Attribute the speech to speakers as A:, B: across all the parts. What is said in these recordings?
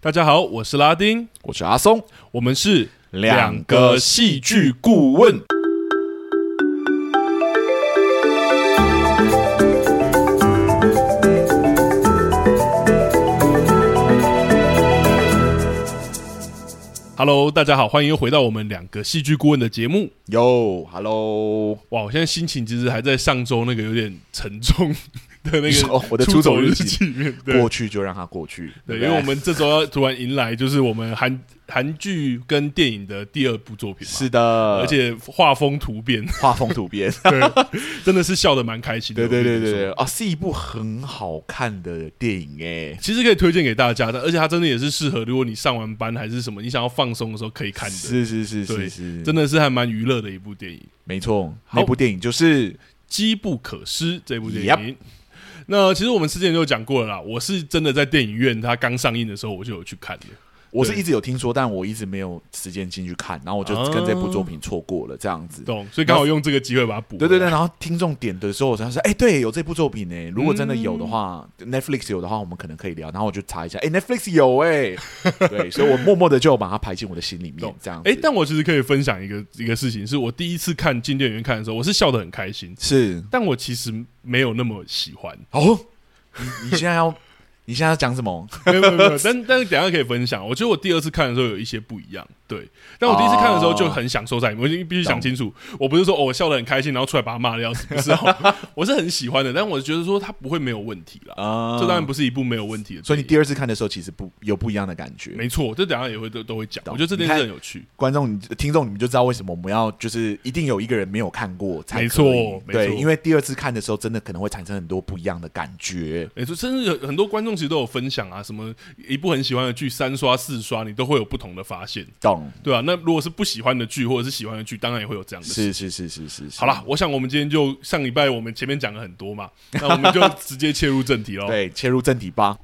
A: 大家好，我是拉丁，
B: 我是阿松，
A: 我们是
B: 两个戏剧顾问。
A: Hello，大家好，欢迎又回到我们两个戏剧顾问的节目。
B: 哟 h e l l o
A: 哇，我现在心情其实还在上周那个有点沉重的那
B: 你
A: 个
B: 说哦我的
A: 出
B: 出
A: 走
B: 走
A: 日
B: 日
A: 记
B: 记
A: 里面，对
B: 过去就让它过去，
A: 对，因
B: 对不对，
A: 为我们这周要突然迎来就是我们韩韩剧跟电影的第二部作品嘛，
B: 是的，
A: 而且画风突变，
B: 画风突变，
A: 真的是笑得蛮开心的。
B: 对对
A: 我跟
B: 对
A: 你
B: 对
A: 说
B: 对，啊，是一部很好看的电影欸
A: 其实可以推荐给大家的，而且它真的也是适合，如果你上完班还是什么，你想要放松的时候可以
B: 哎，
A: 看的，
B: 是是是
A: 对
B: 是是，
A: 真
B: 的
A: 的是还蛮娱乐的一部电影，《
B: 没错，
A: 好
B: 那部电影就是
A: 机不可失》这部电影。那其实我们之前就讲过了啦，我是真的在电影院它刚上映的时候我就有去看的。
B: 我是一直有听说，但我一直没有时间进去看，然后我就跟这部作品错过了这样子。
A: 懂，所以刚好用这个机会把它补。
B: 对对对，，然后听众点的时候，我才说，哎、对，有这部作品呢、哎如果真的有的话、
A: 嗯
B: n e t f l i x 有的话，我们可能可以聊。然后我就查一下，哎、n e t f l i x 有 哎、对，所以我默默的就把它排进我的心里面
A: 懂，
B: 这样子。
A: 哎，但我其实可以分享一个一个事情，是我第一次看进电影院看的时候，我是笑得很开心，
B: 是
A: 但我其实没有那么喜欢。
B: 哦，你你现在要你现在要讲什么？
A: 没有没有没有，但但是等一下可以分享。我觉得我第二次看的时候有一些不一样，对。但我第一次看的时候就
B: 哦
A: 很享受在里面，我已经必须想清楚，我不是说、哦、我笑得很开心，然后出来把他骂的要死，不是、 哦，我是很喜欢的，但我觉得说他不会没有问题啦。
B: 啊、
A: 这当然不是一部没有问题的电影，
B: 所以你第二次看的时候，其实不有不一样的感觉。
A: 没错，这等一下也会都都会讲。
B: 懂
A: 我觉得这件事
B: 你看
A: 很有趣，
B: 观众、你听众，你们就知道为什么我们要就是一定有一个人没有看过才
A: 没
B: 可以
A: 错没
B: 对，
A: 错
B: 因为第二次看的时候，真的可能会产生很多不一样的感觉。
A: 没错，甚至有很多观众其实都有分享啊，什么一部很喜欢的剧三刷四刷，你都会有不同的发现，
B: 懂？
A: 对吧、那如果是不喜欢的剧或者是喜欢的剧，当然也会有这样的事
B: 是是是是是。是
A: 好啦，，我想我们今天就上礼拜我们前面讲了很 多嘛，那我们就直接切入正题喽。，
B: 对，切入正题吧。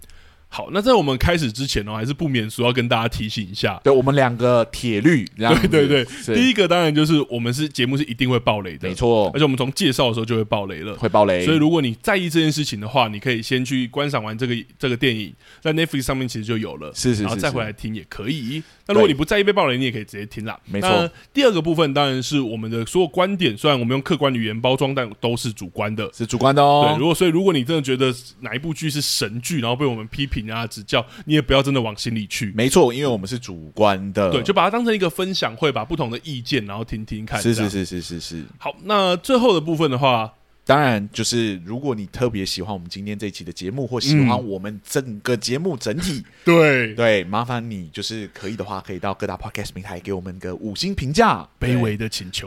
A: 好，那在我们开始之前哦，还是不免俗要跟大家提醒一 下。
B: 对我们两个铁律，对
A: 对对对，
B: 嗯是
A: 第一个当然就是我们是节目是一定会爆雷的，
B: 没，错
A: 而，且我们从介绍的时候就会爆雷了。
B: 会爆雷，
A: 所以，如果你在意这件事情的话，你可以先去观赏完这个这个电影，在 Netflix 上面其实就有了，
B: 是是是
A: 然后再
B: 是
A: 回来听也可以。那如果你不在意被爆雷，你也可以直接听啦。
B: 没错
A: 那第二个部分当然是我们的所有观点，虽然我们用客观语言包装，但都是主观的。
B: 是主观的
A: 对，
B: 哦
A: 如。果所以如果你真的觉得哪一部剧是神剧，然后被我们批评啊指教，你也不要真的往心里去。
B: 没错，因为我们是主观的，
A: 对，就把它当成一个分享会，把不同的意见然后听听看。
B: 是
A: 这样
B: 是。是是是是。
A: 好，那最后的部分的话，
B: 当然，就是如果你特别喜欢我们今天这一期的节目，或喜欢
A: 嗯
B: 我们整个节目 整体，
A: 对
B: 对，麻烦你就是可以的话，可以到各大 podcast 平台给我们个五星评价，
A: 卑微的请 求，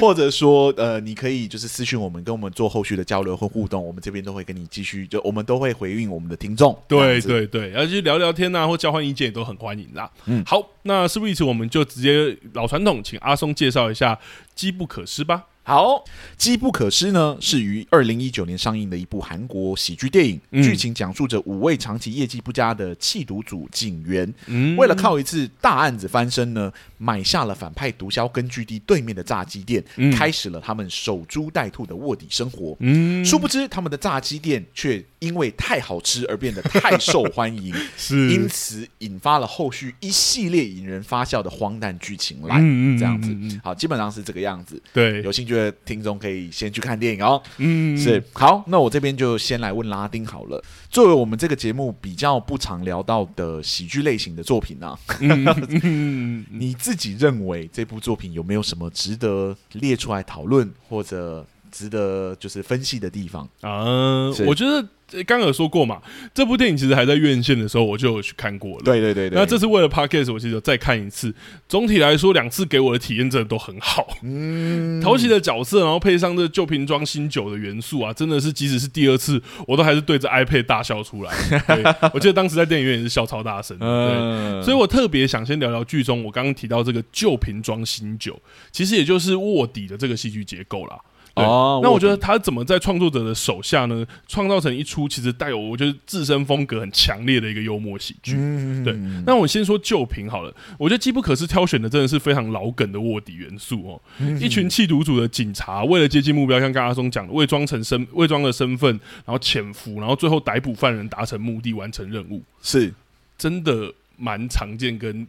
B: 或者说，呃，你可以就是私讯我们，跟我们做后续的交流和互动，我们这边都会跟你继续，就我们都会回应我们的听众。这
A: 对
B: 样子，
A: 对对，然后去聊聊天呐、或交换意见也都很欢迎啦。
B: 嗯
A: 好，那事不宜迟，我们就直接老传统，请阿松介绍一下《机不可失》吧。
B: 好，《机不可失》呢，是于二零一九年上映的一部韩国喜剧电影，
A: 嗯
B: 剧情讲述着五位长期业绩不佳的弃毒组警员，
A: 嗯
B: 为了靠一次大案子翻身呢，买下了反派毒枭根据地对面的炸鸡店，
A: 嗯
B: 开始了他们守株待兔的卧底生活。
A: 嗯
B: 殊不知，他们的炸鸡店却因为太好吃而变得太受欢迎，因
A: 是
B: 此引发了后续一系列引人发笑的荒诞剧情来。
A: 嗯嗯嗯
B: 这样子
A: 嗯嗯，
B: 好，基本上是这个样子。
A: 对
B: 有，兴趣的听众可以先去看电影哦。
A: 嗯
B: 是好，那我这边就先来问拉丁好了。作为我们这个节目比较不常聊到的喜剧类型的作品啊，
A: 嗯
B: 你自己认为这部作品有没有什么值得列出来讨论或者值得就是分析的地方？
A: 啊
B: 是，
A: 我觉得呃刚刚有说过嘛，这部电影其实还在院线的时候我就有去看过了。
B: 对对对对，
A: 那这次为了 podcast，我其实有再看一次。总体来说，两次给我的体验真的都很好。嗯，讨喜的角色，然后配上这旧瓶装新酒的元素啊，真的是即使是第二次，我都还是对着 iPad 大笑出来。对， 我记得当时在电影院也是笑超大声的。对。
B: 嗯，
A: 呃所以我特别想先聊聊剧中我刚刚提到这个旧瓶装新酒，其实也就是卧底的这个戏剧结构啦。对
B: 哦
A: 那我
B: 卧
A: 觉
B: 底
A: 得他怎么在创作者的手下呢，创造成一出其实带有我觉得自身风格很强烈的一个幽默喜剧。
B: 嗯
A: 对那我先说旧瓶好了，我觉得机不可失挑选的真的是非常老梗的卧底元素哦。
B: 嗯
A: 一群弃毒组的警察为了接近目标，像刚刚阿松讲的，伪装成身伪装的身份，然后潜伏，然后最后逮捕犯人，达成目的，完成任务。
B: 是
A: 真的蛮常见跟，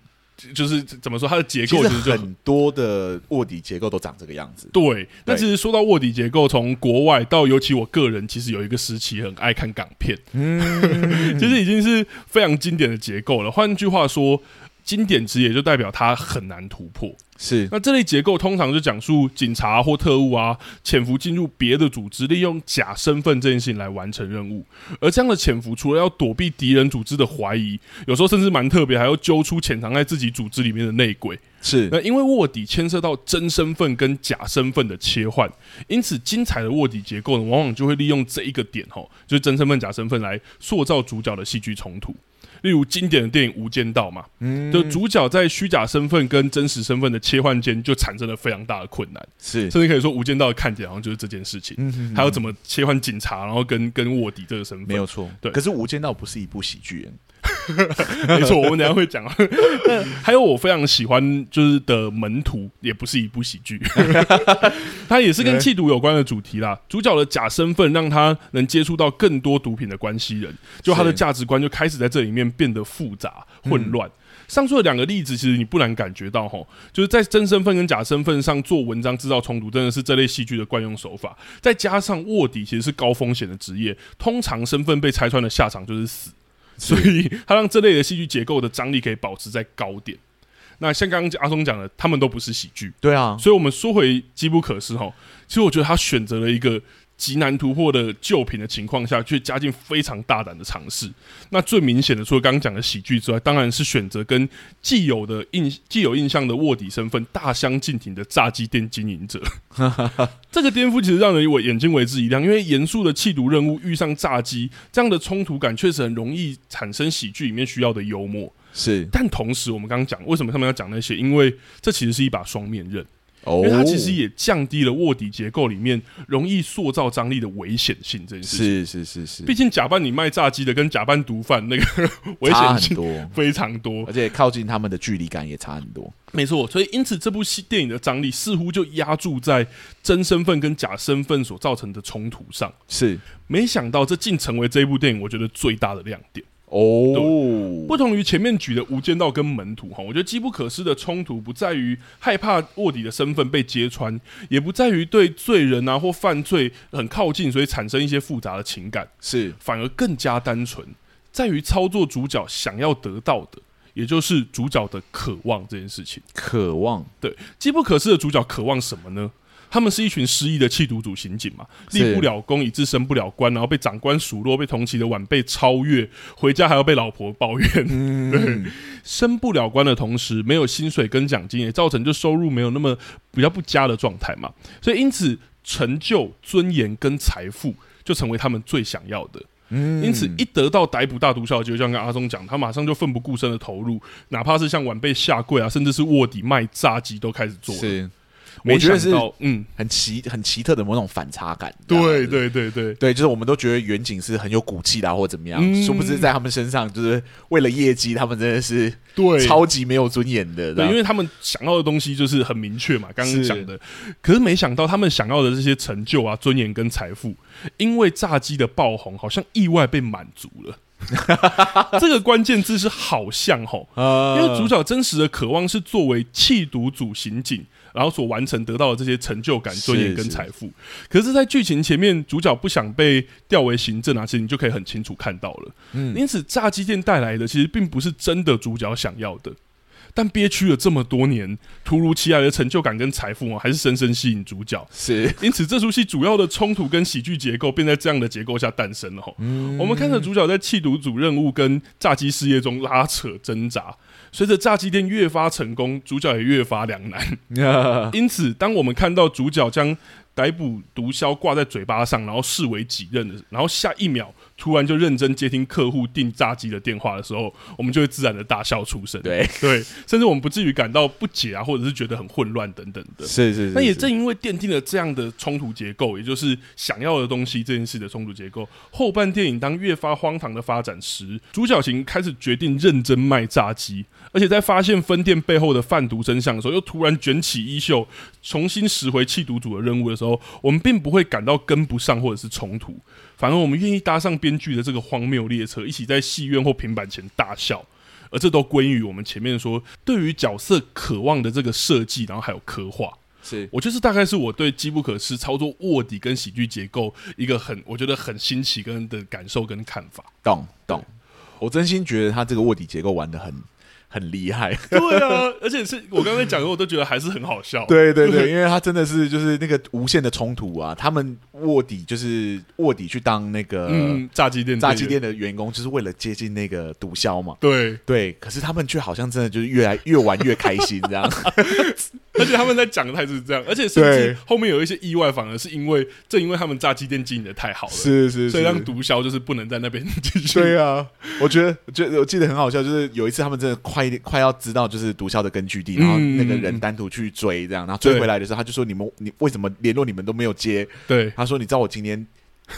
A: 就是怎么说它的结
B: 其
A: 构
B: 实
A: 其实就很
B: 很多的卧底结构都长这个样子。
A: 对，但其实说到卧底结构，从国外到尤其我个人，其实有一个时期很爱看港片， 其实已经是非常经典的结构了。换句话说，经典值也就代表它很难突破。
B: 是，
A: 那这类结构通常就讲述警察或特务啊，潜伏进入别的组织，利用假身份这件事情来完成任务。而这样的潜伏，除了要躲避敌人组织的怀疑，有时候甚至蛮特别，还要揪出潜藏在自己组织里面的内鬼。
B: 是，
A: 那因为卧底牵涉到真身份跟假身份的切换，因此精彩的卧底结构呢，往往就会利用这一个点吼，就是真身份假身份来塑造主角的戏剧冲突。例如经典的电影《无间道》嘛，就主角在虚假身份跟真实身份的切换间就产生了非常大的困难，
B: 是，
A: 甚至可以说《无间道》的看点好像就是这件事情，还有怎么切换警察，然后跟跟卧底这个身份，
B: 没有错。
A: 对
B: 可是《无间道》不是一部喜剧，
A: 没错，我们等一下会讲。那还有我非常喜欢就是的《门徒》，也不是一部喜剧，它也是跟弃毒有关的主题啦。主角的假身份让他能接触到更多毒品的关系人，就他的
B: 是
A: 价值观就开始在这里面变得复杂混乱。上述的两个例子，其实你不难感觉到，吼，就是在真身份跟假身份上做文章制造冲突，真的是这类戏剧的惯用手法。再加上卧底其实是高风险的职业，通常身份被拆穿的下场就是死，所以它让这类的戏剧结构的张力可以保持在高点。那像刚刚阿松讲的，他们都不是喜剧，
B: 对啊，
A: 所以我们说回《机不可失》哈，其实我觉得他选择了一个极难突破的旧品的情况下，却加进非常大胆的尝试。那最明显的，除了刚刚讲的喜剧之外，当然是选择跟既有的印既有印象的卧底身份大相径庭的炸鸡店经营者。这个颠覆其实让人我眼睛为之一亮，因为严肃的弃毒任务遇上炸鸡，这样的冲突感确实很容易产生喜剧里面需要的幽默。
B: 是
A: 但同时，我们刚刚讲为什么他们要讲那些，因为这其实是一把双面刃。因
B: 哦
A: 为它其实也降低了卧底结构里面容易塑造张力的危险性这件事情。
B: 是是是是，
A: 毕竟假扮你卖炸鸡的跟假扮毒贩那个 危
B: 差
A: 险
B: 很
A: 性
B: 多，
A: 非常多
B: 而，且靠近他们的距离感也差很多。
A: 没错。所以因此这部戏电影的张力似乎就压注在真身份跟假身份所造成的冲突上。
B: 是
A: 没想到这竟成为这一部电影我觉得最大的亮点。
B: 哦，
A: 不同于前面举的《无间道》跟《门徒》哈，我觉得机不可失的冲突不在于害怕卧底的身份被揭穿，也不在于对罪人啊或犯罪很靠近，所以产生一些复杂的情感，
B: 是
A: 反而更加单纯，在于操作主角想要得到的，也就是主角的渴望这件事情。
B: 渴望
A: 对，机不可失的主角渴望什么呢？他们是一群失意的弃毒组刑警嘛，
B: 是
A: 立不了功，以致升不了官，然后被长官数落，被同期的晚辈超越，回家还要被老婆抱怨。 对，升不了官的同时，没有薪水跟奖金，也造成就收入没有那么比较不佳的状态嘛。所以因此，成就、尊严跟财富就成为他们最想要的。因此，一得到逮捕大毒枭的机会，就像跟阿松讲，他马上就奋不顾身的投入，哪怕是像晚辈下跪啊，甚至是卧底卖炸鸡都开始做了。
B: 是
A: 没
B: 我觉得
A: 想到，嗯，
B: 很奇很奇特的某种反差感。你知道吗
A: 对对对对，
B: 对，就是我们都觉得远景是很有骨气的、啊，或怎么样，
A: 嗯
B: 殊不知在他们身上，就是为了业绩，他们真的是
A: 对
B: 超级没有尊严的。这
A: 对，
B: 样
A: 因为他们想要的东西就是很明确嘛，刚刚
B: 是
A: 讲的。可是没想到，他们想要的这些成就啊、尊严跟财富，因为炸鸡的爆红，好像意外被满足了。这个关键字是好像吼，因
B: 呃
A: 为主角真实的渴望是作为弃毒组刑警，然后所完成得到的这些成就感、
B: 是
A: 尊严跟财富。可是，在剧情前面，主角不想被调为行政啊，其实你就可以很清楚看到了。
B: 嗯
A: 因此，炸鸡店带来的其实并不是真的主角想要的。但憋屈了这么多年，突如其来的成就感跟财富啊，还是深深吸引主角。
B: 是
A: 因此，这出戏主要的冲突跟喜剧结构便在这样的结构下诞生了吼。我们看着主角在弃毒组任务跟炸鸡事业中拉扯挣扎，随着炸鸡店越发成功，主角也越发两难。因此，当我们看到主角将逮捕毒枭挂在嘴巴上，然后视为己任的，然后下一秒突然就认真接听客户订炸鸡的电话的时候，我们就会自然的大笑出声。
B: 对，
A: 对，甚至我们不至于感到不解啊，或者是觉得很混乱等等的。
B: 是是，
A: 那也
B: 是
A: 正因为奠定了这样的冲突结构，也就是想要的东西这件事的冲突结构，后半电影当越发荒唐的发展时，主角型开始决定认真卖炸鸡，而且在发现分店背后的贩毒真相的时候，又突然卷起衣袖，重新拾回弃毒组的任务的时候，我们并不会感到跟不上或者是冲突，反而我们愿意搭上编剧的这个荒谬列车，一起在戏院或平板前大笑。而这都归于我们前面说对于角色渴望的这个设计，然后还有刻画。
B: 是
A: 我觉得这大概是我对《机不可失》操作卧底跟喜剧结构一个很我觉得很新奇跟的感受跟看法。
B: 懂懂。我真心觉得他这个卧底结构玩的很很厉害。
A: 对啊，而且是我刚才讲的，我都觉得还是很好笑。
B: 对对对，因为他真的是就是那个无限的冲突啊，他们卧底就是卧底去当那个
A: 嗯，炸鸡店，
B: 炸鸡，店的员工，就是为了接近那个毒枭嘛。
A: 对，
B: 对，可是他们却好像真的就是越来越玩越开心这 样。
A: 而且他们在讲的还是这样，而且甚
B: 对
A: 至后面有一些意外，反而是因为正因为他们炸鸡店经营的太好了，
B: 是是
A: 所以让
B: 是。
A: 毒枭就是不能在那边继续。
B: 对啊，我觉得，就我记得很好笑，就是有一次他们真的快一点快要知道就是毒枭的根据地，然后那
A: 嗯
B: 个人单独去追这样，然后追
A: 对
B: 回来的时候，他就说你们你为什么联络你们都没有接？
A: 对
B: 他说你知道我今天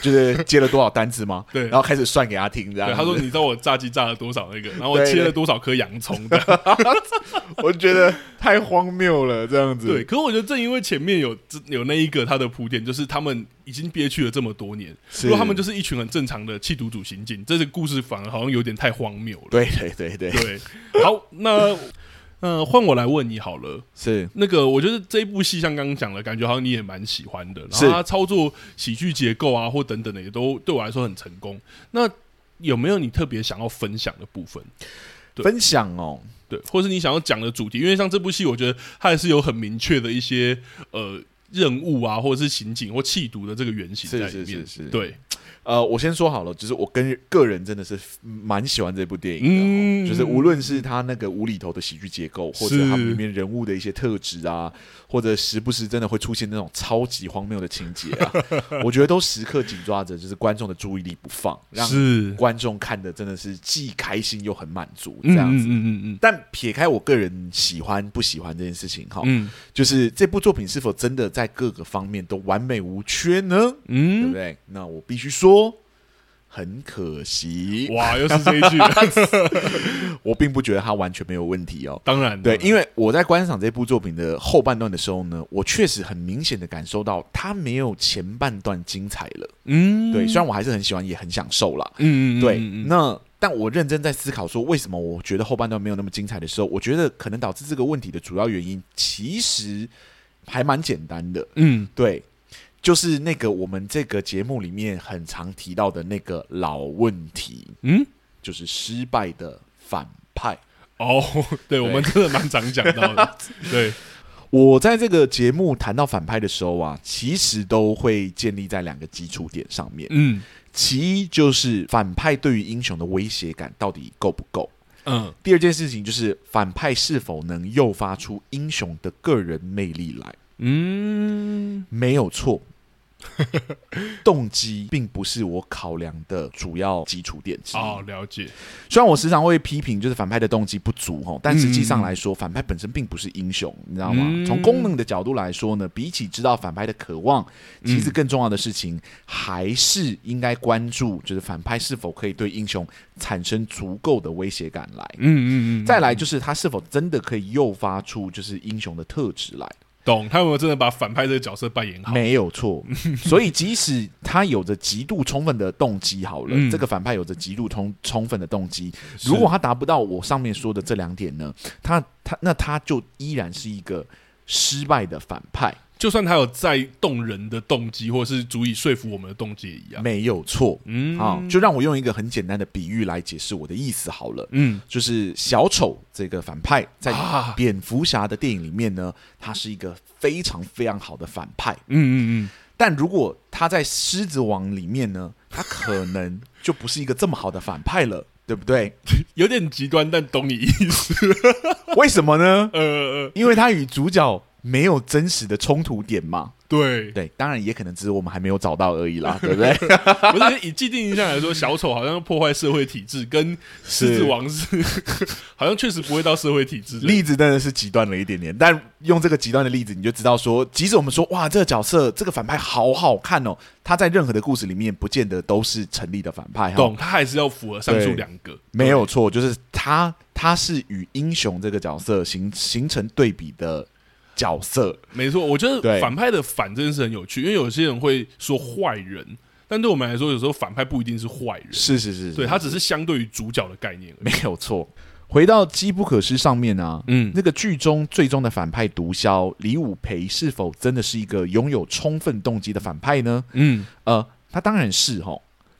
B: 就是接了多少单子吗？
A: 对
B: 然后开始算给他听这样
A: 对，
B: 子。
A: 他说你知道我炸鸡炸了多少那个，然后我
B: 对
A: 切了多少颗洋 葱的。
B: 我觉得太荒谬了这样子。
A: 对，可是我觉得正因为前面有这有那一个他的铺垫，就是他们已经憋屈了这么多年，
B: 是
A: 如果他们就是一群很正常的弃毒主行径，这个故事反而好像有点太荒谬了。
B: 对对对对，
A: 对，好，那呃，换我来问你好了。
B: 是
A: 那个，我觉得这一部戏像刚刚讲的，感觉好像你也蛮喜欢的。然
B: 是
A: 后它操作喜剧结构啊，或等等的，也都对我来说很成功。那有没有你特别想要分享的部分？对
B: 分享哦。
A: 对，或是你想要讲的主题？因为像这部戏，我觉得它还是有很明确的一些呃任务啊，或者是情景或气毒的这个原型在里面。
B: 是是是是
A: 对，
B: 呃，我先说好了，就是我跟个人真的是蛮喜欢这部电影的哦、
A: 嗯
B: 就是无论是他那个无厘头的喜剧结构，或者
A: 是
B: 他们里面人物的一些特质啊，或者时不时真的会出现那种超级荒谬的情节啊， 我觉得都时刻紧抓着就是观众的注意力不放，让
A: 是
B: 观众看的真的是既开心又很满足这样子。
A: 嗯嗯嗯
B: 但撇开我个人喜欢不喜欢这件事情哈，
A: 嗯
B: 就是这部作品是否真的在各个方面都完美无缺呢？对不
A: 嗯
B: 对？那我必须说，很可惜
A: 嗯，，哇，又是这一 句，
B: 我并不觉得它完全没有问题哦。
A: 当然
B: 对，
A: 为
B: 因为我在观赏这部作品的后半段的时候呢，我确实很明显的感受到它没有前半段精彩了。
A: 嗯
B: 对，虽然我还是很喜欢，也很享受啦。
A: 嗯嗯嗯
B: 对，
A: 嗯嗯
B: 那但我认真在思考说，为什么我觉得后半段没有那么精彩的时候，我觉得可能导致这个问题的主要原因，其实还蛮简单的。
A: 嗯
B: 对，就是那个我们这个节目里面很常提到的那个老问题，
A: 嗯
B: 就是失败的反派。
A: 哦，对我们真的蛮常讲到 的，对，
B: 我在这个节目谈到反派的时候啊，其实都会建立在两个基础点上面，
A: 嗯
B: 其一就是反派对于英雄的威胁感到底够不够。
A: 嗯
B: 第二件事情就是反派是否能诱发出英雄的个人魅力来，
A: 嗯
B: 没有错。动机并不是我考量的主要基础点之一。
A: 哦，了解，
B: 虽然我时常会批评就是反派的动机不足哦，但实际上来说，反派本身并不是英雄，你知道吗？
A: 嗯
B: 从功能的角度来说呢，比起知道反派的渴望，其实更重要的事情还是应该关注，就是反派是否可以对英雄产生足够的威胁感来。
A: 嗯嗯嗯，
B: 再来就是他是否真的可以诱发出就是英雄的特质来，
A: 懂他有没有真的把反派这个角色扮演好？
B: 没有错。所以即使他有着极度充分的动机，好了，
A: 嗯
B: 这个反派有着极度充充分的动机，如果他达不到我上面说的这两点呢，他他那他就依然是一个失败的反派，
A: 就算他有再动人的动机，或是足以说服我们的动机也一样。
B: 没有错。
A: 嗯，
B: 好、就让我用一个很简单的比喻来解释我的意思好了。
A: 嗯，
B: 就是小丑这个反派，在
A: 啊
B: 蝙蝠侠的电影里面呢，他是一个非常非常好的反派。
A: 嗯嗯
B: 但如果他在狮子王里面呢，他可能就不是一个这么好的反派了，对不对？
A: 嗯，有点极端，但懂你意 思。
B: 为什么呢？
A: 呃呃，
B: 因为他与主角没有真实的冲突点嘛。
A: 对，
B: 对，当然也可能只是我们还没有找到而已啦，对不对？
A: 不是以既定印象来说，小丑好像破坏社会体制，跟狮子王 是好像确实不会到社会体制的。
B: 例子真的是极端了一点点，但用这个极端的例子，你就知道说，即使我们说哇，这个角色这个反派好好看哦，他在任何的故事里面，不见得都是成立的反派、哦。
A: 懂，他还是要符合上述
B: 对
A: 两个。
B: 没有错，就是他，他是与英雄这个角色形形成对比的角色。
A: 没错，我觉
B: 对
A: 得反派的反真的是很有趣，因为有些人会说坏人，但对我们来说，有时候反派不一定是坏人，
B: 是是是，
A: 对他只是相对于主角的概念而已。
B: 没有错。回到《机不可失》上面啊，
A: 嗯，
B: 那个剧中最终的反派毒枭李武培是否真的是一个拥有充分动机的反派呢？
A: 嗯，
B: 呃，他当然是哈，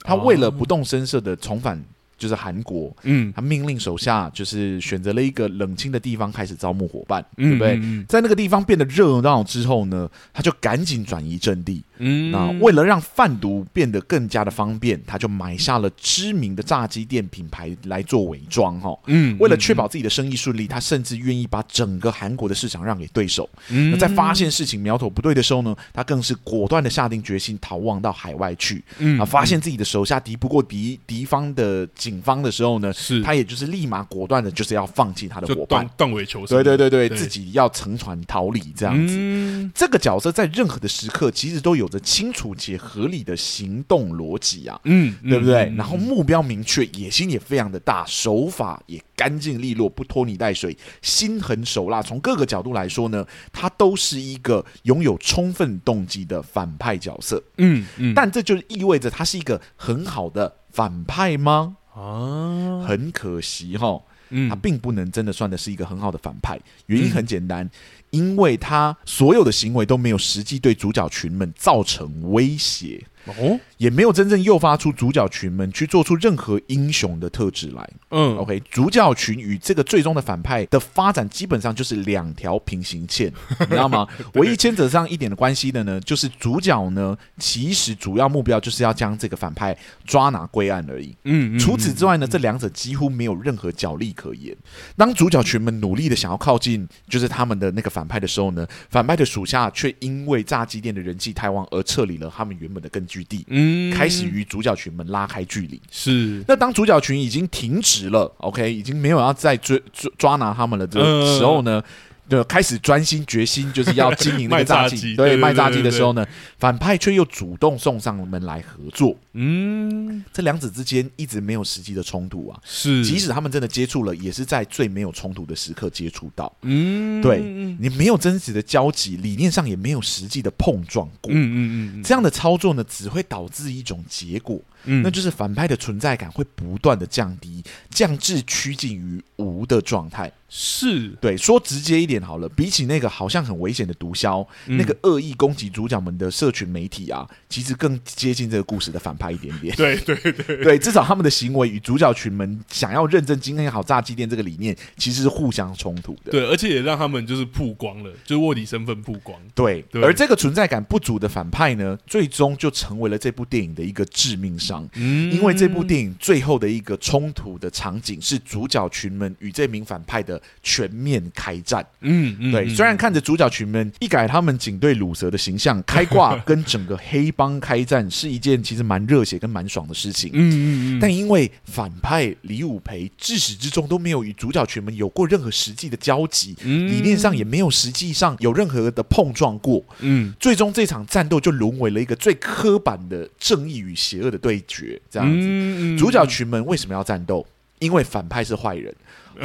B: 他为了不动声色的重返就是韩国，
A: 嗯，
B: 他命令手下就是选择了一个冷清的地方开始招募伙伴，
A: 对
B: 对不对？
A: 嗯
B: 在那个地方变得热闹之后呢，他就赶紧转移阵地。
A: 嗯，
B: 那为了让贩毒变得更加的方便，他就买下了知名的炸鸡店品牌来做伪装哈、
A: 嗯，
B: 为了确保自己的生意顺利，他甚至愿意把整个韩国的市场让给对手。
A: 嗯，
B: 那在发现事情苗头不对的时候呢，他更是果断的下定决心逃亡到海外去。
A: 嗯
B: 啊，发现自己的手下敌不过敌敌方的警方的时候呢，
A: 是
B: 他也就是立马果断的，就是要放弃他
A: 嗯
B: 的
A: 就
B: 伙
A: 断
B: 伴。
A: 断尾求生，
B: 对对对对，
A: 对
B: 自己要乘船逃离这
A: 这
B: 样子。
A: 子，
B: 这个角色在任何的时刻，其实都有着清楚且合理的行动逻辑啊，
A: 嗯，
B: 对不对？
A: 嗯
B: 然后目标明确，野心也非常的大，手法也干净利落，不拖泥带水，心狠手辣。从各个角度来说呢，他都是一个拥有充分动机的反派角色。
A: 嗯嗯，
B: 但这就意味着他是一个很好的反派吗？
A: 啊，
B: 很可惜哈，
A: 嗯
B: 他并不能真的算的是一个很好的反派。原因很简单，因为他所有的行为都没有实际对主角群们造成威胁，
A: 哦，
B: 也没有真正诱发出主角群们去做出任何英雄的特质来。
A: 嗯
B: OK，主角群与这个最终的反派的发展基本上就是两条平行线，你知 道吗？唯一牵扯上一点的关系的呢，就是主角呢，其实主要目标就是要将这个反派抓拿归案而已。
A: 嗯，嗯
B: 除此之外呢，这两者几乎没有任何角力可言。当主角群们努力的想要靠近，就是他们的那个反派的时候呢，反派的属下却因为炸鸡店的人气太旺而撤离了他们原本的根据地，
A: 嗯，
B: 开始与主角群们拉开距离。
A: 是
B: 那当主角群已经停止了，OK，已经没有要再追抓抓拿他们了的
A: 嗯
B: 时候呢，就开始专心决心就是要经营 那
A: 卖
B: 个
A: 炸
B: 炸
A: 鸡
B: 鸡，
A: 对对
B: 对，
A: 对
B: 卖炸鸡的时候呢，反派却又主动送上门来合作，
A: 嗯
B: 这两者之间一直没有实际的冲突啊。
A: 是，
B: 即使他们真的接触了，也是在最没有冲突的时刻接触到。
A: 嗯
B: 对
A: 嗯
B: 你没有真实的交集，理念上也没有实际的碰撞
A: 嗯
B: 过。
A: 嗯嗯
B: 这样的操作呢，只会导致一种结果，
A: 嗯，
B: 那就是反派的存在感会不断的降低，降至趋近于无的状态。
A: 是
B: 对，说直接一点好了，比起那个好像很危险的毒枭，
A: 嗯
B: 那个恶意攻击主角们的社群媒体啊，其实更接近这个故事的反派一点点。
A: 对对对
B: 对，至少他们的行为与主角群们想要认真经营好炸鸡店这个理念，其实是互相冲突的。
A: 对，而且也让他们就是曝光了，就是卧底身份曝光，
B: 对，
A: 对
B: 而这个存在感不足的反派呢，最终就成为了这部电影的一个致命伤。
A: 嗯
B: 因为这部电影最后的一个冲突的场景是主角群们与这名反派的全面开战。
A: 嗯嗯
B: 对，
A: 嗯
B: 虽然看着主角群们一改他们警队鲁蛇的形象，开挂跟整个黑帮开战是一件其实蛮热血跟蛮爽的事情。
A: 嗯嗯嗯，
B: 但因为反派李武培至始至终都没有与主角群们有过任何实际的交集，
A: 嗯
B: 理念上也没有实际上有任何的碰撞过，
A: 嗯
B: 最终这场战斗就沦为了一个最刻板的正义与邪恶的对决。这样子，
A: 嗯嗯
B: 主角群们为什么要战斗？因为反派是 坏人，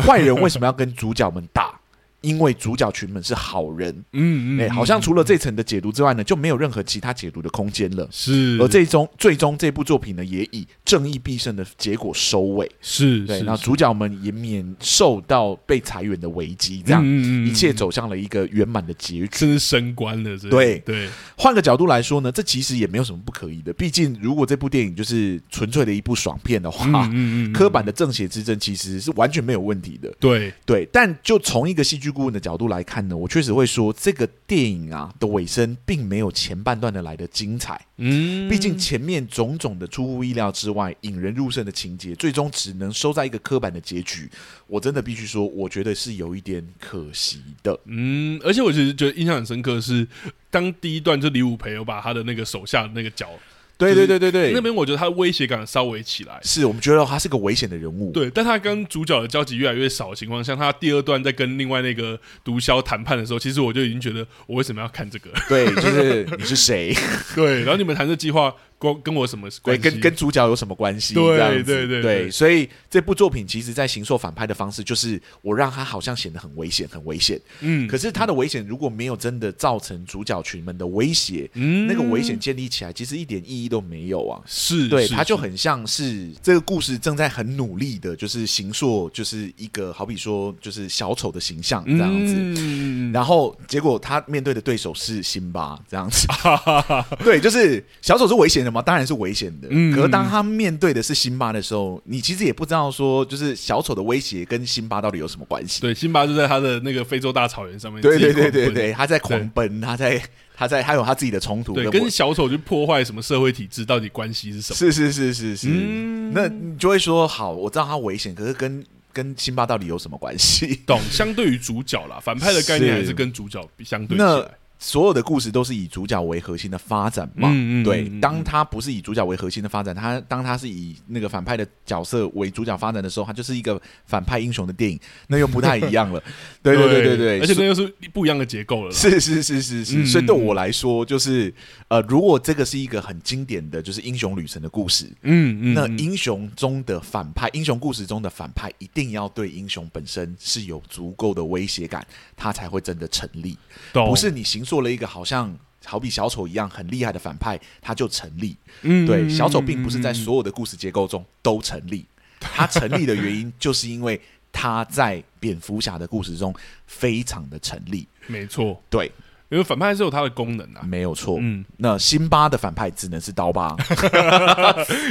B: 坏人为什么要跟主角们打？因为主角群们是好人。
A: 嗯嗯
B: 哎、
A: 嗯
B: 好像除了这层的解读之外呢，就没有任何其他解读的空间了。
A: 是
B: 而最终最终这部作品呢，也以正义必胜的结果收尾。
A: 是
B: 对，
A: 是
B: 那
A: 是
B: 主角们也免受到被裁员的危机，这样、
A: 嗯嗯嗯
B: 一切
A: 嗯
B: 走向了一个圆满的结局。
A: 甚至升官了，这
B: 对
A: 对，
B: 换个角度来说呢，这其实也没有什么不可以的。毕竟，如果这部电影就是纯粹的一部爽片的话，
A: 嗯
B: 刻板的正邪之争其实是完全没有问题的。
A: 对，
B: 对，但就从一个戏剧顾问的角度来看呢，我确实会说，这个电影啊的尾声并没有前半段的来的精彩。
A: 嗯，
B: 毕竟前面种种的出乎意料之外、引人入胜的情节，最终只能收在一个刻板的结局。我真的必须说，我觉得是有一点可惜的。
A: 嗯，而且我其实觉得印象很深刻的是，当第一段就李武培有把他的那个手下的那个脚，
B: 对
A: 就是
B: 对对对对，
A: 那边我觉得他的威胁感稍微起来。
B: 是我们觉得他是个危险的人 物。
A: 对，但他跟主角的交集越来越少的情况下，他第二段在跟另外那个毒枭谈判的时候，其实我就已经觉得我为什么要看这个？
B: 对，就是你是谁？
A: 对，然后你们谈这计划关跟我什么关
B: 对，
A: 系？
B: 跟跟主角有什么关系？
A: 对
B: 这样子
A: 对对
B: 对
A: 对
B: 所以这部作品其实在行塑反派的方式，就是我让他好像显得很危险，很危险。
A: 嗯
B: 可是他的危险如果没有真的造成主角群们的威胁，
A: 嗯
B: 那个危险建立起来，其实一点意义都没有啊。
A: 是，
B: 对，
A: 是
B: 他就是很像是这个故事正在很努力的，就是行塑，就是一个好比说就是小丑的形象这样子。
A: 嗯
B: 然后结果他面对的对手是辛巴这样 子，对，就是小丑是危险的吗？当然是危险的。
A: 嗯
B: 可是当他面对的是辛巴的时候，你其实也不知道说，就是小丑的威胁跟辛巴到底有什么关系。
A: 对，辛巴就在他的那个非洲大草原上面，
B: 对
A: 自
B: 对
A: 己
B: 对
A: 狂
B: 对
A: 奔
B: 对，他在狂奔，他在他在他有他自己的冲突
A: 对，
B: 跟
A: 跟小丑去破坏什么社会体制，到底关系是什么？
B: 是是是是是，
A: 嗯
B: 那你就会说好，我知道他危险，可是跟跟辛巴到底有什么关系？
A: 懂，相对于主角啦，反派的概念还
B: 是
A: 是跟主角比相对起
B: 那
A: 来。
B: 所有的故事都是以主角为核心的发展嘛？
A: 嗯嗯
B: 对
A: 嗯嗯，
B: 当他不是以主角为核心的发展，他当他是以那个反派的角色为主角发展的时候，他就是一个反派英雄的电影，那又不太一 样了。对对对对对，
A: 而且
B: 所
A: 那又是不一样的结构了啦。
B: 是是是是是，
A: 嗯
B: 所以对我来说，就是呃，如果这个是一个很经典的就是英雄旅程的故事，
A: 嗯嗯，
B: 那
A: 嗯
B: 英雄中的反派，英雄故事中的反派，一定要对英雄本身是有足够的威胁感，他才会真的成立。
A: 懂
B: 不是你行塑了一个好像好比小丑一样很厉害的反派，他就成立。
A: 嗯
B: 对，
A: 嗯
B: 小丑并不是在
A: 嗯嗯
B: 所有的故事结构中都成 立，他成立的原因就是因为他在蝙蝠侠的故事中非常的成立。
A: 嗯没错，
B: 对，
A: 因为反派是有它的功能啊。
B: 没有错。
A: 嗯，
B: 那辛巴的反派只能是刀疤，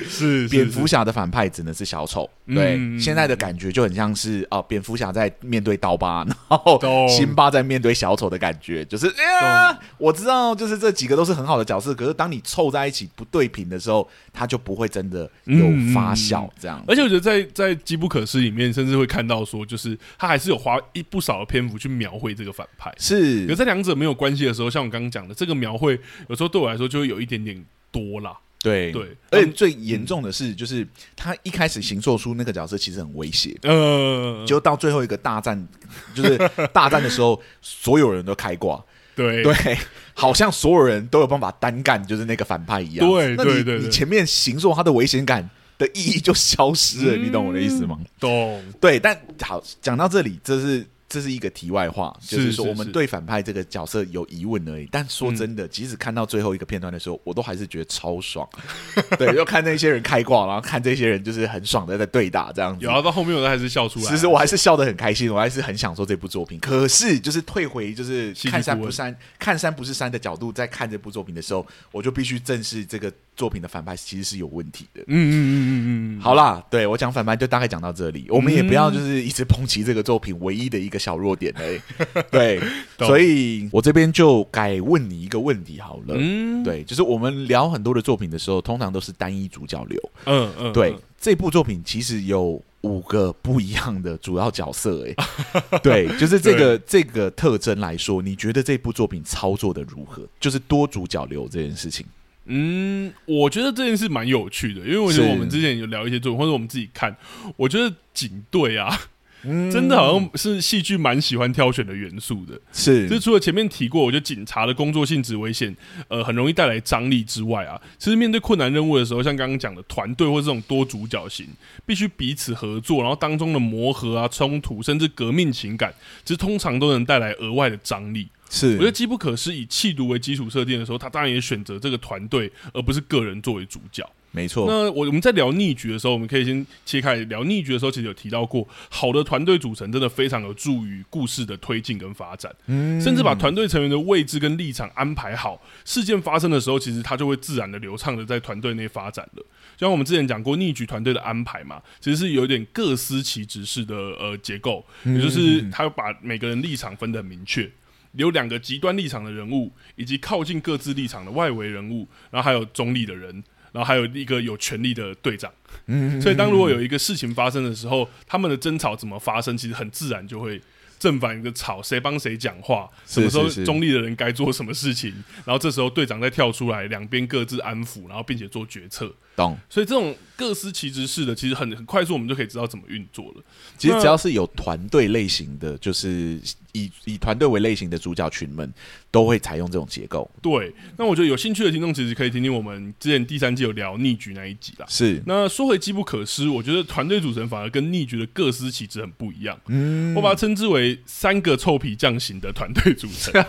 A: 是是
B: 蝙
A: 是
B: 蝠侠的反派只能是小丑。
A: 嗯
B: 对，
A: 嗯嗯
B: 现在的感觉就很像是啊、蝙蝠侠在面对刀疤，然后
A: 懂
B: 辛巴在面对小丑的感觉，就是、啊、我知道，就是这几个都是很好的角色，可是当你凑在一起不对平的时候，他就不会真的
A: 嗯
B: 有发酵这样。
A: 而且我觉得在在《机不可失》里面，甚至会看到说，就是他还是有花一不少的篇幅去描绘这个反派。可是
B: 是，
A: 在两者没有关系的时候，像我刚刚讲的，这个描绘有时候对我来说就会有一点点多啦。
B: 对
A: 对嗯
B: 而且最严重的是，就是他一开始行做出那个角色其实很威胁，
A: 呃，
B: 就到最后一个大战，就是大战的时候，所有人都开挂。
A: 对
B: 对，好像所有人都有办法单干，就是那个反派一样。
A: 对
B: 那你
A: 对对对
B: 你前面行作他的危险感的意义就消失
A: 嗯
B: 了，你懂我的意思吗？
A: 懂，
B: 对，但好，讲到这里，这是这是一个题外话，就是
A: 是
B: 说
A: 是
B: 我们
A: 是嗯
B: 对反派这个角色有疑问而已。但说真的，即使看到最后一个片段的时候，我都还是觉得超爽。对，就看那些人开挂，然后看这些人就是很爽的在对打这样子
A: 有。啊，到后面我都还是笑出来啊。
B: 其实我还是笑得很开心，我还是很享受这部作品。可是，就是退回就是
A: 戏剧
B: 看山
A: 顾
B: 不
A: 问
B: 山，看山不是山的角度在看这部作品的时候，我就必须正视这个作品的反派其实是有问题的。
A: 嗯嗯嗯嗯嗯嗯，
B: 好啦，对我讲反派就大概讲到这里，我们也不要就是一直抨击这个作品唯一的一个小弱点 而已。对，
A: 懂
B: 所以我这边就改问你一个问题好了。
A: 嗯
B: 对，就是我们聊很多的作品的时候，通常都是单一主角流。
A: 嗯嗯，
B: 对
A: 嗯，
B: 这部作品其实有五个不一样的主要角色、欸， 哎，对，就是这个这个特征来说，你觉得这部作品操作的如何？就是多主角流这件事情，
A: 嗯，我觉得这件事蛮有趣的，因为我觉得
B: 是
A: 我们之前有聊一些作品，或者我们自己看，我觉得警队啊，
B: 嗯
A: 真的好像是戏剧蛮喜欢挑选的元素的。就是
B: 是
A: 除了前面提过，我觉得警察的工作性质危险，呃，很容易带来张力之外啊，其实面对困难任务的时候，像刚刚讲的团队或这种多主角型，必须彼此合作，然后当中的磨合啊、冲突，甚至革命情感，其实通常都能带来额外的张力。
B: 是，
A: 我觉得机不可失以气毒为基础设定的时候，他当然也选择这个团队，而不是个人作为主角。
B: 没错，
A: 那我我们在聊逆局的时候，我们可以先切开聊逆局的时候，其实有提到过，好的团队组成真的非常有助于故事的推进跟发展，甚至把团队成员的位置跟立场安排好，事件发生的时候，其实它就会自然的流畅的在团队内发展了。就像我们之前讲过，逆局团队的安排嘛，其实是有点各司其职式的呃结构，也就是他把每个人立场分得很明确。有两个极端立场的人物，以及靠近各自立场的外围人物，然后还有中立的人，然后还有一个有权力的队长。
B: 嗯
A: 所以当如果有一个事情发生的时候，他们的争吵怎么发生，其实很自然就会。正反一个吵，谁帮谁讲话，什么时候
B: 是是
A: 中立的人该做什么事情，然后这时候队长再跳出来，两边各自安抚，然后并且做决策，
B: 懂。
A: 所以这种各司其职式的，其实很很快速，我们就可以知道怎么运作了。
B: 其实只要是有团队类型的，就是以以团队为类型的主角群们，都会采用这种结构。
A: 对，那我觉得有兴趣的听众其实可以听听我们之前第三季有聊逆局那一集啦。
B: 是，
A: 那说回机不可失，我觉得团队组成反而跟逆局的各司其职很不一样。
B: 嗯，
A: 我把它称之为三个臭皮匠型的团队组成。对，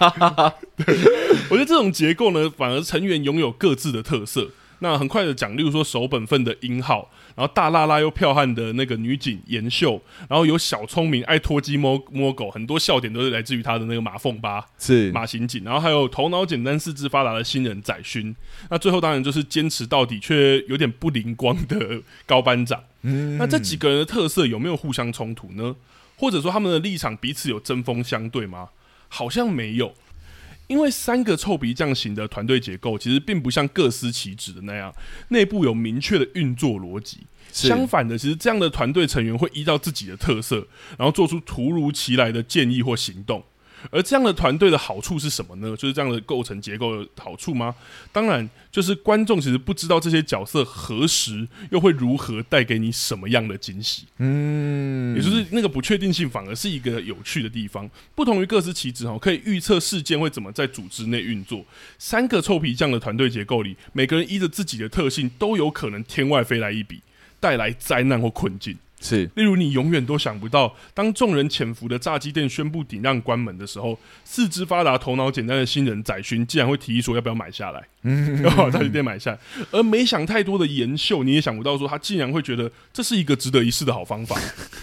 A: 我觉得这种结构呢，反而成员拥有各自的特色。那很快的讲，例如说守本分的英浩，然后大辣辣又剽悍的那个女警妍秀，然后有小聪明爱拖鸡摸摸狗，很多笑点都是来自于他的那个马凤八。
B: 是，
A: 马刑警，然后还有头脑简单、四肢发达的新人宰勋。那最后当然就是坚持到底却有点不灵光的高班长。
B: 嗯
A: 那这几个人的特色有没有互相冲突呢？或者说他们的立场彼此有针锋相对吗？好像没有。因为三个臭皮匠型的团队结构，其实并不像各司其职的那样，内部有明确的运作逻辑。
B: 是
A: 相反的，其实这样的团队成员会依照自己的特色，然后做出突如其来的建议或行动。而这样的团队的好处是什么呢？就是这样的构成结构的好处吗？当然，就是观众其实不知道这些角色何时又会如何带给你什么样的惊喜，
B: 嗯
A: 也就是那个不确定性反而是一个有趣的地方。不同于各司其职哈，可以预测事件会怎么在组织内运作。三个臭皮匠的团队结构里，每个人依着自己的特性，都有可能天外飞来一笔，带来灾难或困境。
B: 是
A: 例如，你永远都想不到，当众人潜伏的炸鸡店宣布顶让关门的时候，四肢发达、头脑简单的新人宰勋竟然会提议说要不要买下来， 要把炸鸡店买下来。而没想太多的延秀，你也想不到说他竟然会觉得这是一个值得一试的好方法。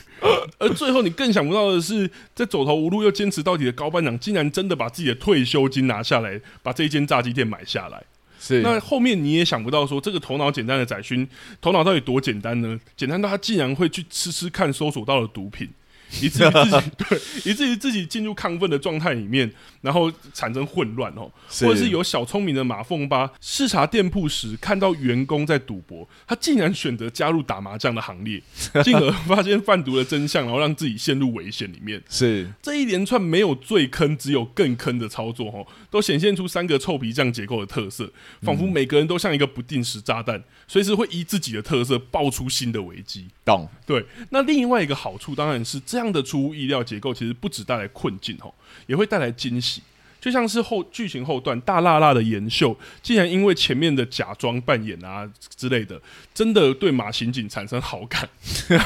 A: 而最后，你更想不到的是，在走投无路又坚持到底的高班长，竟然真的把自己的退休金拿下来，把这一间炸鸡店买下来。
B: 是
A: 那后面你也想不到说，这个头脑简单的宰勋，头脑到底多简单呢？简单到他竟然会去吃吃看搜索到的毒品，以至于自己对，以至于自己进入亢奋的状态里面，然后产生混乱哦。或者是有小聪明的马凤八视察店铺时看到员工在赌博，他竟然选择加入打麻将的行列，进而发现贩毒的真相，然后让自己陷入危险里面。
B: 是
A: 这一连串没有最坑，只有更坑的操作，吼，都显现出三个臭皮匠结构的特色，仿佛每个人都像一个不定时炸弹，随时会依自己的特色爆出新的危机。
B: 懂
A: 对，那另外一个好处当然是这样的出乎意料结构，其实不只带来困境吼，也会带来惊喜。就像是后剧情后段大辣辣的妍秀，竟然因为前面的假装扮演啊之类的，真的对马刑警产生好感，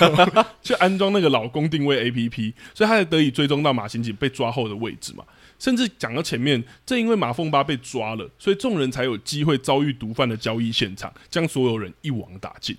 A: 去安装那个老公定位 APP，所以他才得以追踪到马刑警被抓后的位置嘛。甚至讲到前面，正因为马凤八被抓了，所以众人才有机会遭遇毒贩的交易现场，将所有人一网打尽。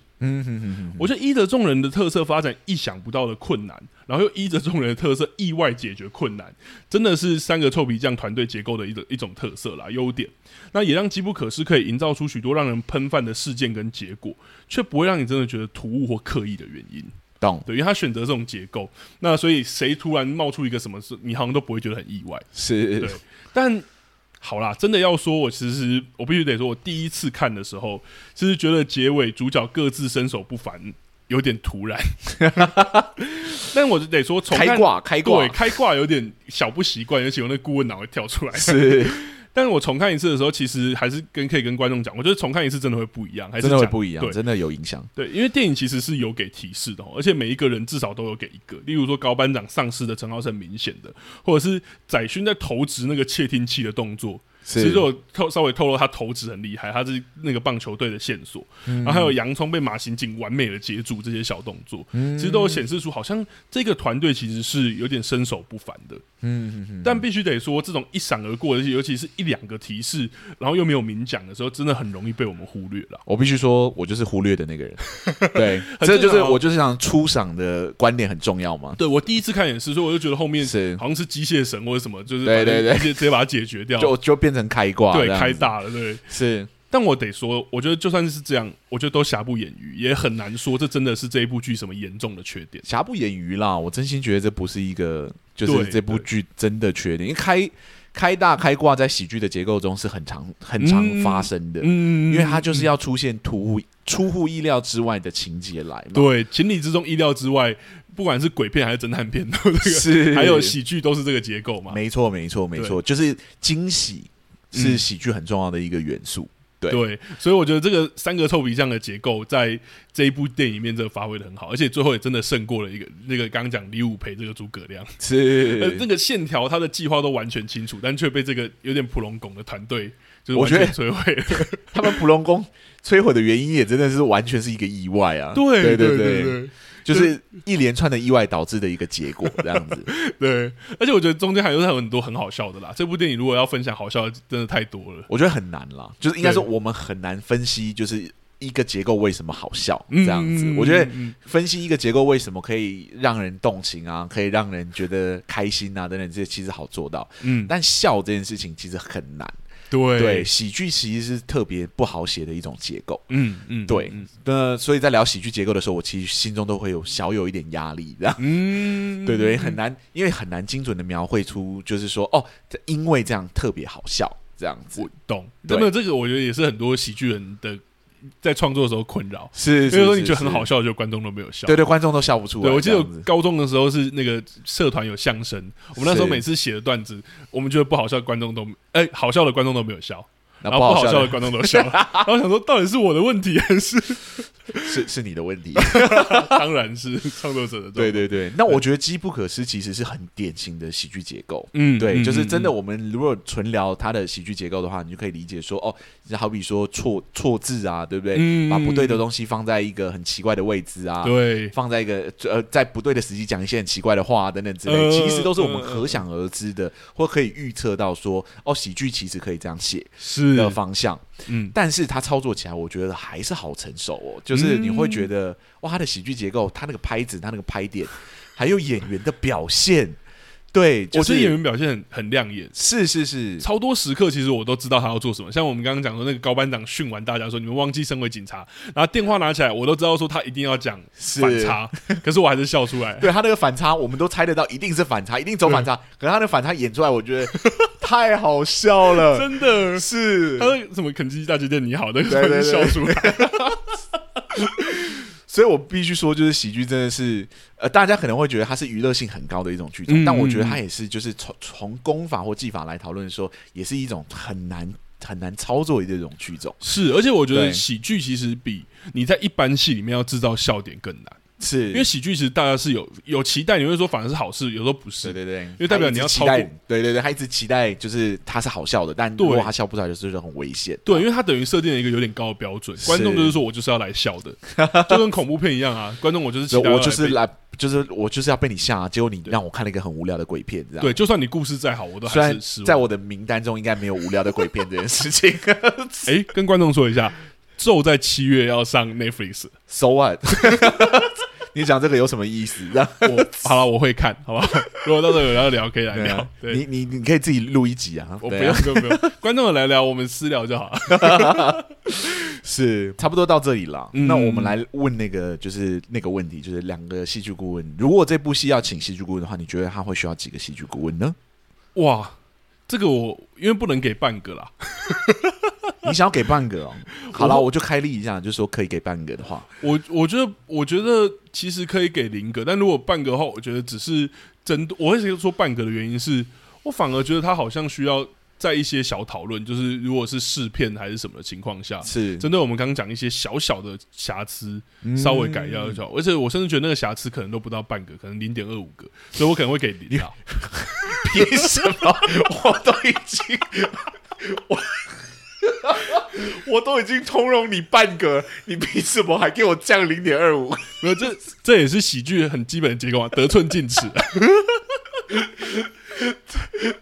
A: 我觉得依着众人的特色发展意想不到的困难，然后又依着众人的特色意外解决困难，真的是三个臭皮匠团队结构的一种一种特色啦，优点。那也让机不可失可以营造出许多让人喷饭的事件跟结果，却不会让你真的觉得突兀或刻意的原因。
B: 懂
A: 对，因为他选择这种结构，那所以谁突然冒出一个什么事，你好像都不会觉得很意外。
B: 是
A: 对但好啦，真的要说，我其实我必须得说，我第一次看的时候，其实觉得结尾主角各自身手不凡，有点突然。 但我就得说，从
B: 开
A: 看
B: 挂开挂
A: 对开挂有点小不习惯，尤其我那顾问脑会跳出来。
B: 是
A: 但是我重看一次的时候，其实还是跟可以跟观众讲，我觉得重看一次真的会不一样，哎还是
B: 真的会
A: 讲
B: 不一样，
A: 对
B: 真的有影响。
A: 对，因为电影其实是有给提示的、哦，而且每一个人至少都有给一个。例如说高班长丧尸的陈浩是很明显的，或者是宰勋在投掷那个窃听器的动作，其实就有透稍微透露他投掷很厉害，他是那个棒球队的线索。
B: 嗯
A: 然后还有洋葱被马刑警完美的截住这些小动作，
B: 嗯
A: 其实都有显示出好像这个团队其实是有点身手不凡的。
B: 嗯，
A: 但必须得说，这种一闪而过的，尤其是一两个提示，然后又没有明讲的时候，真的很容易被我们忽略了。
B: 我必须说，我就是忽略的那 个人。对，
A: 很
B: 这就是
A: 正常啊
B: 我就是想出场的观点很重要嘛。
A: 对我第一次看也是，所以我就觉得后面
B: 是
A: 好像是机械神或者什么，就是
B: 对对对
A: 把它直接直接把它解决掉，
B: 就就变成开挂，
A: 哦对
B: 这样子
A: 开大了对。
B: 是
A: 但我得说，我觉得就算是这样，我觉得都瑕不掩瑜，也很难说这真的是这一部剧什么严重的缺点。
B: 瑕不掩瑜啦。我真心觉得这不是一个，就是
A: 对
B: 这部剧真的缺点，因为开开大开挂在喜剧的结构中是很常很常
A: 嗯
B: 发生的，
A: 嗯
B: 因为它就是要出现突兀出乎意料之外的情节来嘛。
A: 对情理之中、意料之外，不管是鬼片还是侦探片，都有这个
B: 是
A: 还有喜剧都是这个结构嘛。嗯
B: 没错，没错，没错，就是惊喜是喜剧很重要的一个元素。对
A: 对，所以我觉得这个三个臭皮匠的结构在这一部电影里面真的发挥的很好，而且最后也真的胜过了一个那个刚刚讲李武培这个诸葛亮，呃，
B: 是
A: 那个线条他的计划都完全清楚，但却被这个有点普龙拱的团队就是
B: 我
A: 完
B: 觉得
A: 全摧毁了。
B: 他们普龙宫摧毁的原因也真的是完全是一个意外啊！
A: 对
B: 对
A: 对
B: 对，就是一连串的意外导致的一个结果，这样子。
A: 对，而且我觉得中间还有很多很好笑的啦。这部电影如果要分享好笑的，真的太多了。
B: 我觉得很难啦，就是应该说
A: 对
B: 我们很难分析，就是一个结构为什么好笑
A: 嗯
B: 这样子
A: 嗯。
B: 我觉得
A: 嗯嗯
B: 分析一个结构为什么可以让人动情啊，可以让人觉得开心啊等等，这些其实好做到。
A: 嗯，
B: 但笑这件事情其实很难，
A: 对
B: 对，，喜剧其实是特别不好写的一种结构。
A: 嗯嗯，
B: 对
A: 嗯，
B: 那所以在聊喜剧结构的时候，我其实心中都会有小有一点压力，这样。
A: 嗯，
B: 对对，很难，因为很难精准的描绘出，就是说，哦，这因为这样特别好笑，这样子
A: 我懂。
B: 对
A: 真的，这个我觉得也是很多喜剧人的在创作的时候困扰。
B: 是，
A: 比
B: 是
A: 如说你觉得很，好
B: 是
A: 笑，就观众都没有笑。
B: 对对，观众都笑不出来。
A: 对，我记得
B: 这
A: 我
B: 样子
A: 高中的时候是那个社团有相声，我们那时候每次写的段子，我们觉得不好笑，观众都哎好笑的观众都没有笑，
B: 那
A: 然
B: 不
A: 后不
B: 好
A: 好
B: 笑
A: 笑
B: 的
A: 的观众都 笑了，然后想说到底是我的问题还是？
B: 是是你 的问题。
A: 当然是创作者的状态
B: 对对对，那我觉得《机不可失》其实是很典型的喜剧结构。
A: 嗯
B: 对，
A: 嗯
B: 就是真的，
A: 嗯
B: 我们如果纯聊它的喜剧结构的话，你就可以理解说，哦，就好比说错错字啊，对不对？
A: 嗯
B: 把不对的东西放在一个很奇怪的位置啊，
A: 对，
B: 放在一个呃，在不对的时机讲一些很奇怪的话啊等等之类，
A: 呃
B: 其实都是我们
A: 呃
B: 可想而知的，或可以预测到说，哦，喜剧其实可以这样写
A: 是
B: 的方向。
A: 嗯，
B: 但是他操作起来，我觉得还是好成熟哦，就是你会觉
A: 嗯
B: 得、哇，他的喜剧结构，他那个拍子，他那个拍点，还有演员的表现，对，就
A: 我
B: 是
A: 觉得演员表现很很亮眼。
B: 是是是，
A: 超多时刻，其实我都知道他要做什么。像我们刚刚讲说，那个高班长训完大家说，你们忘记身为警察，然后电话拿起来，我都知道说他一定要讲
B: 是
A: 反差，可是我还是笑出来。
B: 对他那个反差，我们都猜得到，一定是反差，一定走反差。可是他的反差演出来，我觉得太好笑了，
A: 真的，
B: 是
A: 他。说什么肯德基大酒店你好，那个时
B: 对
A: 候
B: 对
A: 就
B: 对
A: 笑出 来。
B: 所以我必须说，就是喜剧真的是，呃，大家可能会觉得它是娱乐性很高的一种剧种，
A: 嗯
B: 但我觉得它也是，就是从从功法或技法来讨论说，也是一种很难很难操作的这种剧种。
A: 是，而且我觉
B: 对
A: 得喜剧其实比你在一般戏里面要制造笑点更难，
B: 是，
A: 因为喜剧其实大家是有有期待，你会说反而是好事，有时候不是
B: 对。对对，因
A: 为代表你要
B: 期
A: 超
B: 待
A: 过，
B: 对对对，他一直期待就是他是好笑的，但如
A: 对
B: 果他笑不出来，就是很危险。
A: 对，因为它等于设定了一个有点高的标准，观众就是说我就是要来笑 的，就跟恐怖片一样啊，观众我就是期
B: 所以
A: 待
B: 我
A: 要来
B: 就是
A: 被
B: 来，就是我就是要被你吓，结果你让我看了一个很无聊的鬼片，这样。
A: 对，，就算你故事再好，我都
B: 虽
A: 还是
B: 然
A: 失望。
B: 在我的名单中应该没有无聊的鬼片这件事情。
A: 哎、跟观众说一下，咒在七月要上 Netflix，
B: so what？你讲这个有什么意思？这样
A: 我好了，我会看，好吧？如果到时候有人要聊，可以来
B: 对
A: 聊
B: 啊。
A: 对，
B: 你你你可以自己录一集啊，
A: 我不
B: 对
A: 用
B: 啊，
A: 不用不用，观众来聊，我们私聊就好了。
B: 是 差不多到这里了。
A: 嗯
B: 那我们来问那个就是那个问题，就是两个戏剧顾问，如果这部戏要请戏剧顾问的话，你觉得他会需要几个戏剧顾问 呢？
A: 哇，这个我因为不能给半个啦，
B: 你想要给半个哦？好了，
A: 我
B: 我就开立一下，就说可以给半个的话，
A: 我我觉得我觉得其实可以给零个，但如果半个的话，我觉得只是针对我会说半个的原因是，我反而觉得他好像需要在一些小讨论，就是如果是试片还是什么的情况下，
B: 是
A: 针对我们刚刚讲一些小小的瑕疵，稍微改掉一下，而且我甚至觉得那个瑕疵可能都不到半个，可能零点二五个，所以我可能会给零啊。
B: 凭什么？我都已经 我我都已经通融你半个，你凭什么还给我降零点二五？
A: 没有，这这也是喜剧很基本的结构啊，得寸进尺。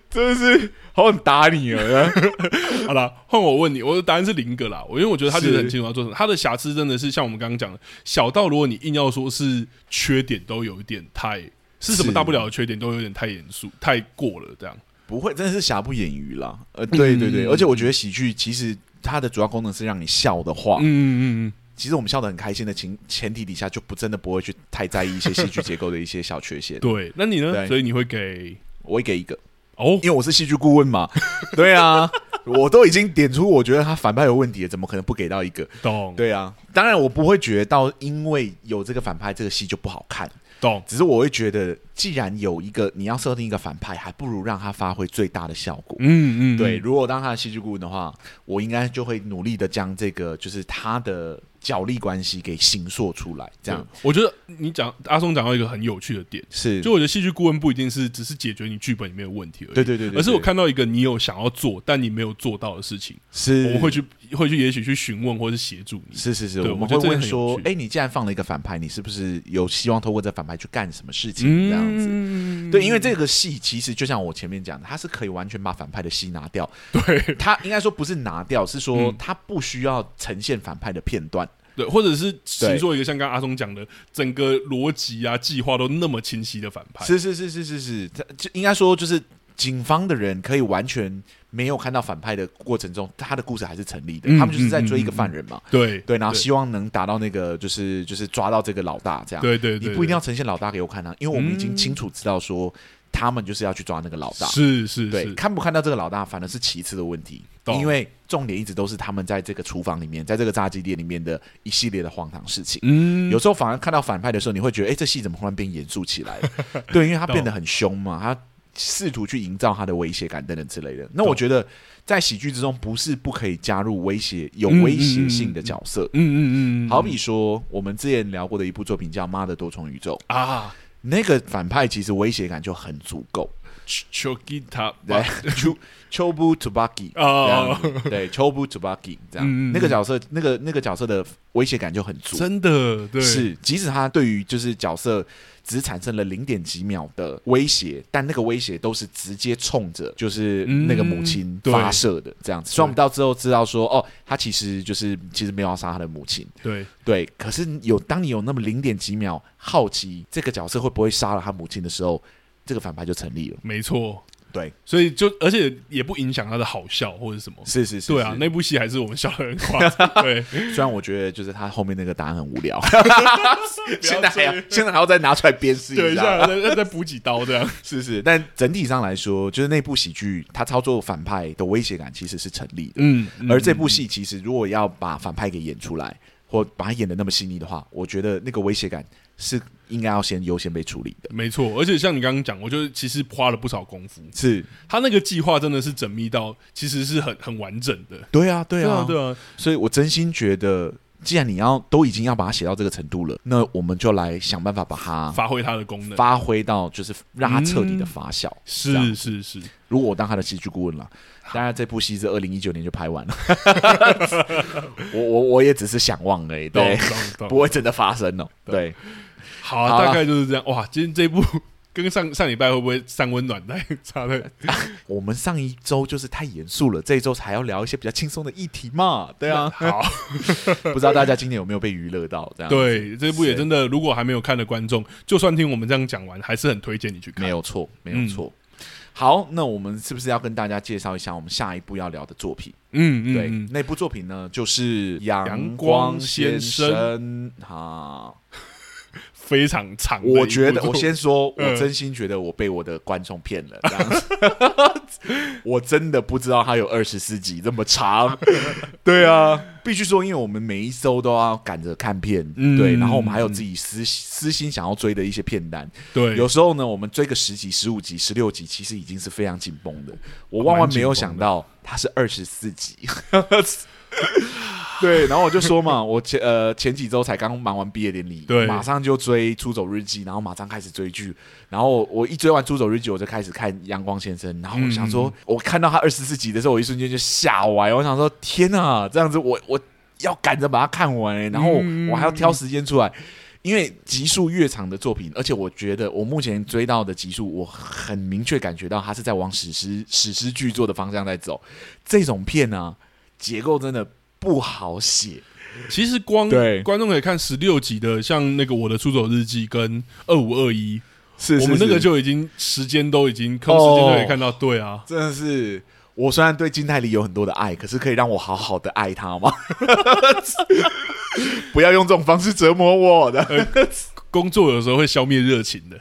B: 真的是好想打你啊！
A: 好啦，换我问你，我的答案是零个啦。我因为我觉得他就是是很清楚要做什么，他的瑕疵真的是像我们刚刚讲的，小到如果你硬要说是缺点，都有一点太是什
B: 是
A: 么大不了的缺点，都有点太严肃、太过了这样。
B: 不会，真的是瑕不掩瑜啦。呃，对对对，
A: 嗯
B: 而且我觉得喜剧其实它的主要功能是让你笑的话，
A: 嗯嗯嗯，
B: 其实我们笑得很开心的情前提底下，就不真的不会去太在意一些戏剧结构的一些小缺陷。
A: 对。那你
B: 对
A: 呢？所以你会给
B: 我会给一个，
A: 哦？
B: 因为我是戏剧顾 问嘛。对啊，我都已经点出我觉得他反派有问题了，怎么可能不给到一个？
A: 懂
B: 对啊，当然我不会觉得到，因为有这个反派这个戏就不好看。
A: 懂
B: 只是我会觉得，既然有一个你要设定一个反派，还不如让他发挥最大的效果。
A: 嗯嗯，
B: 对，
A: 嗯，
B: 如果当他的戏剧顾问的话，我应该就会努力的将这个就是他的角力关系给形塑出来。这样
A: 对我觉得你讲阿松讲到一个很有趣的点，
B: 是，
A: 就我觉得戏剧顾问不一定是只是解决你剧本里面的问题而已，
B: 对对对对，
A: 而是我
B: 对
A: 看到一个你有想要做但你没有做到的事情，
B: 是
A: 我们会去会去也许去询问或是协助你，
B: 是是是，
A: 对
B: 我
A: 我
B: 们
A: 觉
B: 会
A: 得这
B: 问
A: 很有
B: 说
A: 趣，
B: 哎，你既然放了一个反派，你是不是有希望透过这反派去干什么事情？
A: 嗯，
B: 这样子。
A: 子
B: 对，因为这个戏其实就像我前面讲的，它是可以完全把反派的戏拿 掉。对，它应该说不是拿掉，是说
A: 嗯
B: 它不需要呈现反派的片段。
A: 对，或者是形做一个像刚刚阿松讲的，整个逻辑啊、计划都那么清晰的反派，
B: 是是是是是是，它就应该说就是警方的人可以完全没有看到反派的过程中，他的故事还是成立的。
A: 嗯
B: 他们就是在
A: 嗯
B: 追一个
A: 嗯
B: 犯人嘛，
A: 对
B: 对，然后希望能达到那个就是就是抓到这个老大这样。
A: 对对对，
B: 你不一定要
A: 要
B: 呈现老大给我看啊，因为我们已经清楚知道说他们就是要去抓那个老大。
A: 嗯是是
B: 对，
A: 是，
B: 看不看到这个老大，反而是其次的问题，
A: 懂
B: 因为重点一直都是他们在这个厨房里面，在这个炸鸡店里面的一系列的荒唐事情。
A: 嗯，
B: 有时候反而看到反派的时候，你会觉得，哎，这戏怎么忽然变严肃起 来了？对，因为他变得很凶嘛，他试图去营造他的威胁感等等之类的。那我
A: 懂
B: 觉得，在喜剧之中，不是不可以加入威胁有
A: 嗯
B: 威
A: 嗯
B: 胁
A: 嗯
B: 性
A: 嗯
B: 的角色，
A: 嗯嗯嗯，
B: 好比说我们之前聊过的一部作品叫《妈的多重宇宙》，
A: 啊
B: 那个反派其实威胁感就很足够。
A: c h o k i t a
B: 对， 秋秋布 Tubaki 这样
A: 啊，
B: 子，对，秋布 Tubaki 这
A: 嗯
B: 样，
A: 嗯
B: 那个角色，那个那个角色的威胁感就很足。
A: 真的对，
B: 是，即使他对于就是角色只产生了零点几秒的威胁，但那个威胁都是直接冲着就是那个母亲
A: 嗯对
B: 发射的这样子。虽然我们到之后知道说，哦，他其实就是其实没有要杀他的母亲，
A: 对，
B: 对，可是有当你有那么零点几秒好奇这个角色会不会杀了他母亲的时候，这个反派就成立了。
A: 没错，
B: 对，
A: 所以就而且也不影响他的好笑或者什么。
B: 是是是，
A: 对啊
B: 是，
A: 那部戏还是我们笑得很夸 张。对，
B: 虽然我觉得就是他后面那个答案很无 聊，
A: 不要
B: 现在还要
A: 追
B: 现在还要再拿出来鞭尸
A: 对
B: 一
A: 一下
B: 下，
A: 再再补几刀这样。
B: 是是。但整体上来说，就是那部喜剧他操作反派的威胁感其实是成立 的，
A: 嗯，
B: 而这部戏其实如果要把反派给演出来，或把他演的那么细腻的话，我觉得那个威胁感是应该要先优先被处理的。
A: 没错，而且像你刚刚讲，我觉得其实花了不少功夫。
B: 是，
A: 他那个计划真的是缜密到，其实是很很完整的。
B: 对啊，对啊，
A: 对啊，
B: 所以我真心觉得，既然你要都已经要把它写到这个程度了，那我们就来想办法把它
A: 发挥它的功能。
B: 啊发挥到，就是让它彻底的发酵。这样
A: 是是是，
B: 如果我当他的戏剧顾问了，当然这部戏是二零一九年就拍完了， 我我我也只是想望而已，
A: 懂
B: 对，
A: 懂
B: 不
A: 懂。
B: 会真的发生哦。对，
A: 好啊、
B: 好啊
A: 大概就是这样。哇，今天这一部 跟上上礼拜会不会散温暖带差 的？
B: 我们上一周就是太严肃了，这一周还要聊一些比较轻松的议题嘛，对啊，
A: 好，
B: 不知道大家今天有没有被娱乐到？这样，
A: 对，这部也
B: 是
A: 真的，如果还没有看的观众，就算听我们这样讲完，还是很推荐你去看。
B: 没有错，
A: 嗯
B: 没有错。好，那我们是不是要跟大家介绍一下我们下一步要聊的作品？
A: 嗯，嗯
B: 对，
A: 嗯，
B: 那部作品呢就是《阳
A: 阳
B: 光
A: 光
B: 先
A: 先
B: 生》啊。
A: 非常长的一部作品。
B: 我觉得，我 先说，
A: 嗯
B: 我真心觉得我被我的观众骗了。这样子， 我真的不知道它有二十四集这 么长。对啊，必须说，因为我们每一周都要赶着看片，
A: 嗯
B: 对，然后我们还有自己私私心想要追的一些片单。
A: 对
B: 有时候呢，我们追个十集、十五集、十六集，其实已经是非常紧绷的。我万万没有想到它是二十四集。 对，然后我就 说嘛，我前呃前几周才刚忙完毕业典礼，
A: 对
B: 马上就追《出走日记》，然后马上开始追剧，然后我一追完《出走日记》，我就开始看《阳光先生》，然后我想说，
A: 嗯
B: 我看到他二十四集的时候，我一瞬间就吓歪，我想说天哪，这样子我我要赶着把它看完、欸然后
A: 嗯
B: 我还要挑时间出来。因为集数越长的作品，而且我觉得我目前追到的集数，我很明确感觉到它是在往史诗史诗巨作的方向在走。这种片啊呢、结构真的不好写。
A: 其实光
B: 对
A: 观众可以看十六集的，像那个《我的出走日记》跟二五二一，
B: 是
A: 我们那个就已经时间都已经坑时间都可以看到，对啊，
B: 真的是，我虽然对金泰梨有很多的爱，可是可以让我好好的爱他吗？ 不要用这种方式折磨我的。
A: 工作有时候会消灭热情的。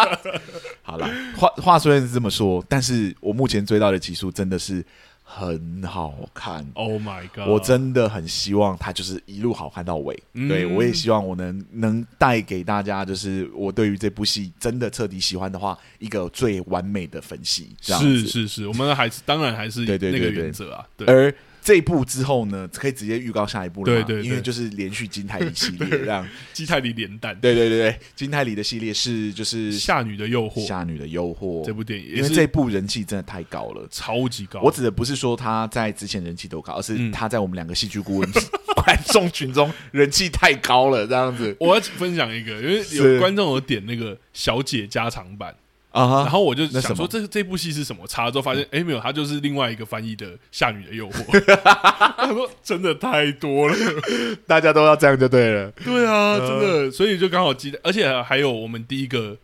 B: 好了，话话虽然是这么说，但是我目前追到的集数真的是很好看。
A: Oh my god！
B: 我真的很希望它就是一路好看到尾，
A: 嗯
B: 对我也希望我能能带给大家，就是我对于这部戏真的彻底喜欢的话，一个最完美的分析。这样
A: 是
B: 子
A: 是是，我们还是当然还是以
B: 对对
A: 那个
B: 对对
A: 原则啊，对
B: 而这部之后呢，可以直接预告下一部了嘛，
A: 对对对
B: 因为就是连续金泰梨系列这 样。
A: 基泰里脸蛋，
B: 对对对对，金泰梨的系列是就是《
A: 夏女的诱惑
B: 夏女的诱惑》
A: 这，部电影
B: 因
A: 也
B: 为这
A: 是
B: 部人气真的太高了。
A: 超级高，
B: 我指的不是说他在之前人气多高，而是
A: 嗯
B: 他在我们两个戏 剧顾问观众群中人气太高了，这样子
A: 我要分享一个，因为
B: 是
A: 有观众有点那个小姐加长版，
B: 啊哈
A: 然后我就
B: 那
A: 想
B: 什
A: 说
B: 么嗯
A: 这这部戏是什么？查了之后发现，哎，没有，它就是另外一个翻译的《夏女的诱惑》。 他说真的太多了，
B: 大家都要这样就对了。
A: 对啊，
B: 嗯
A: 真的，所以就刚好记得，而且还有我们第一个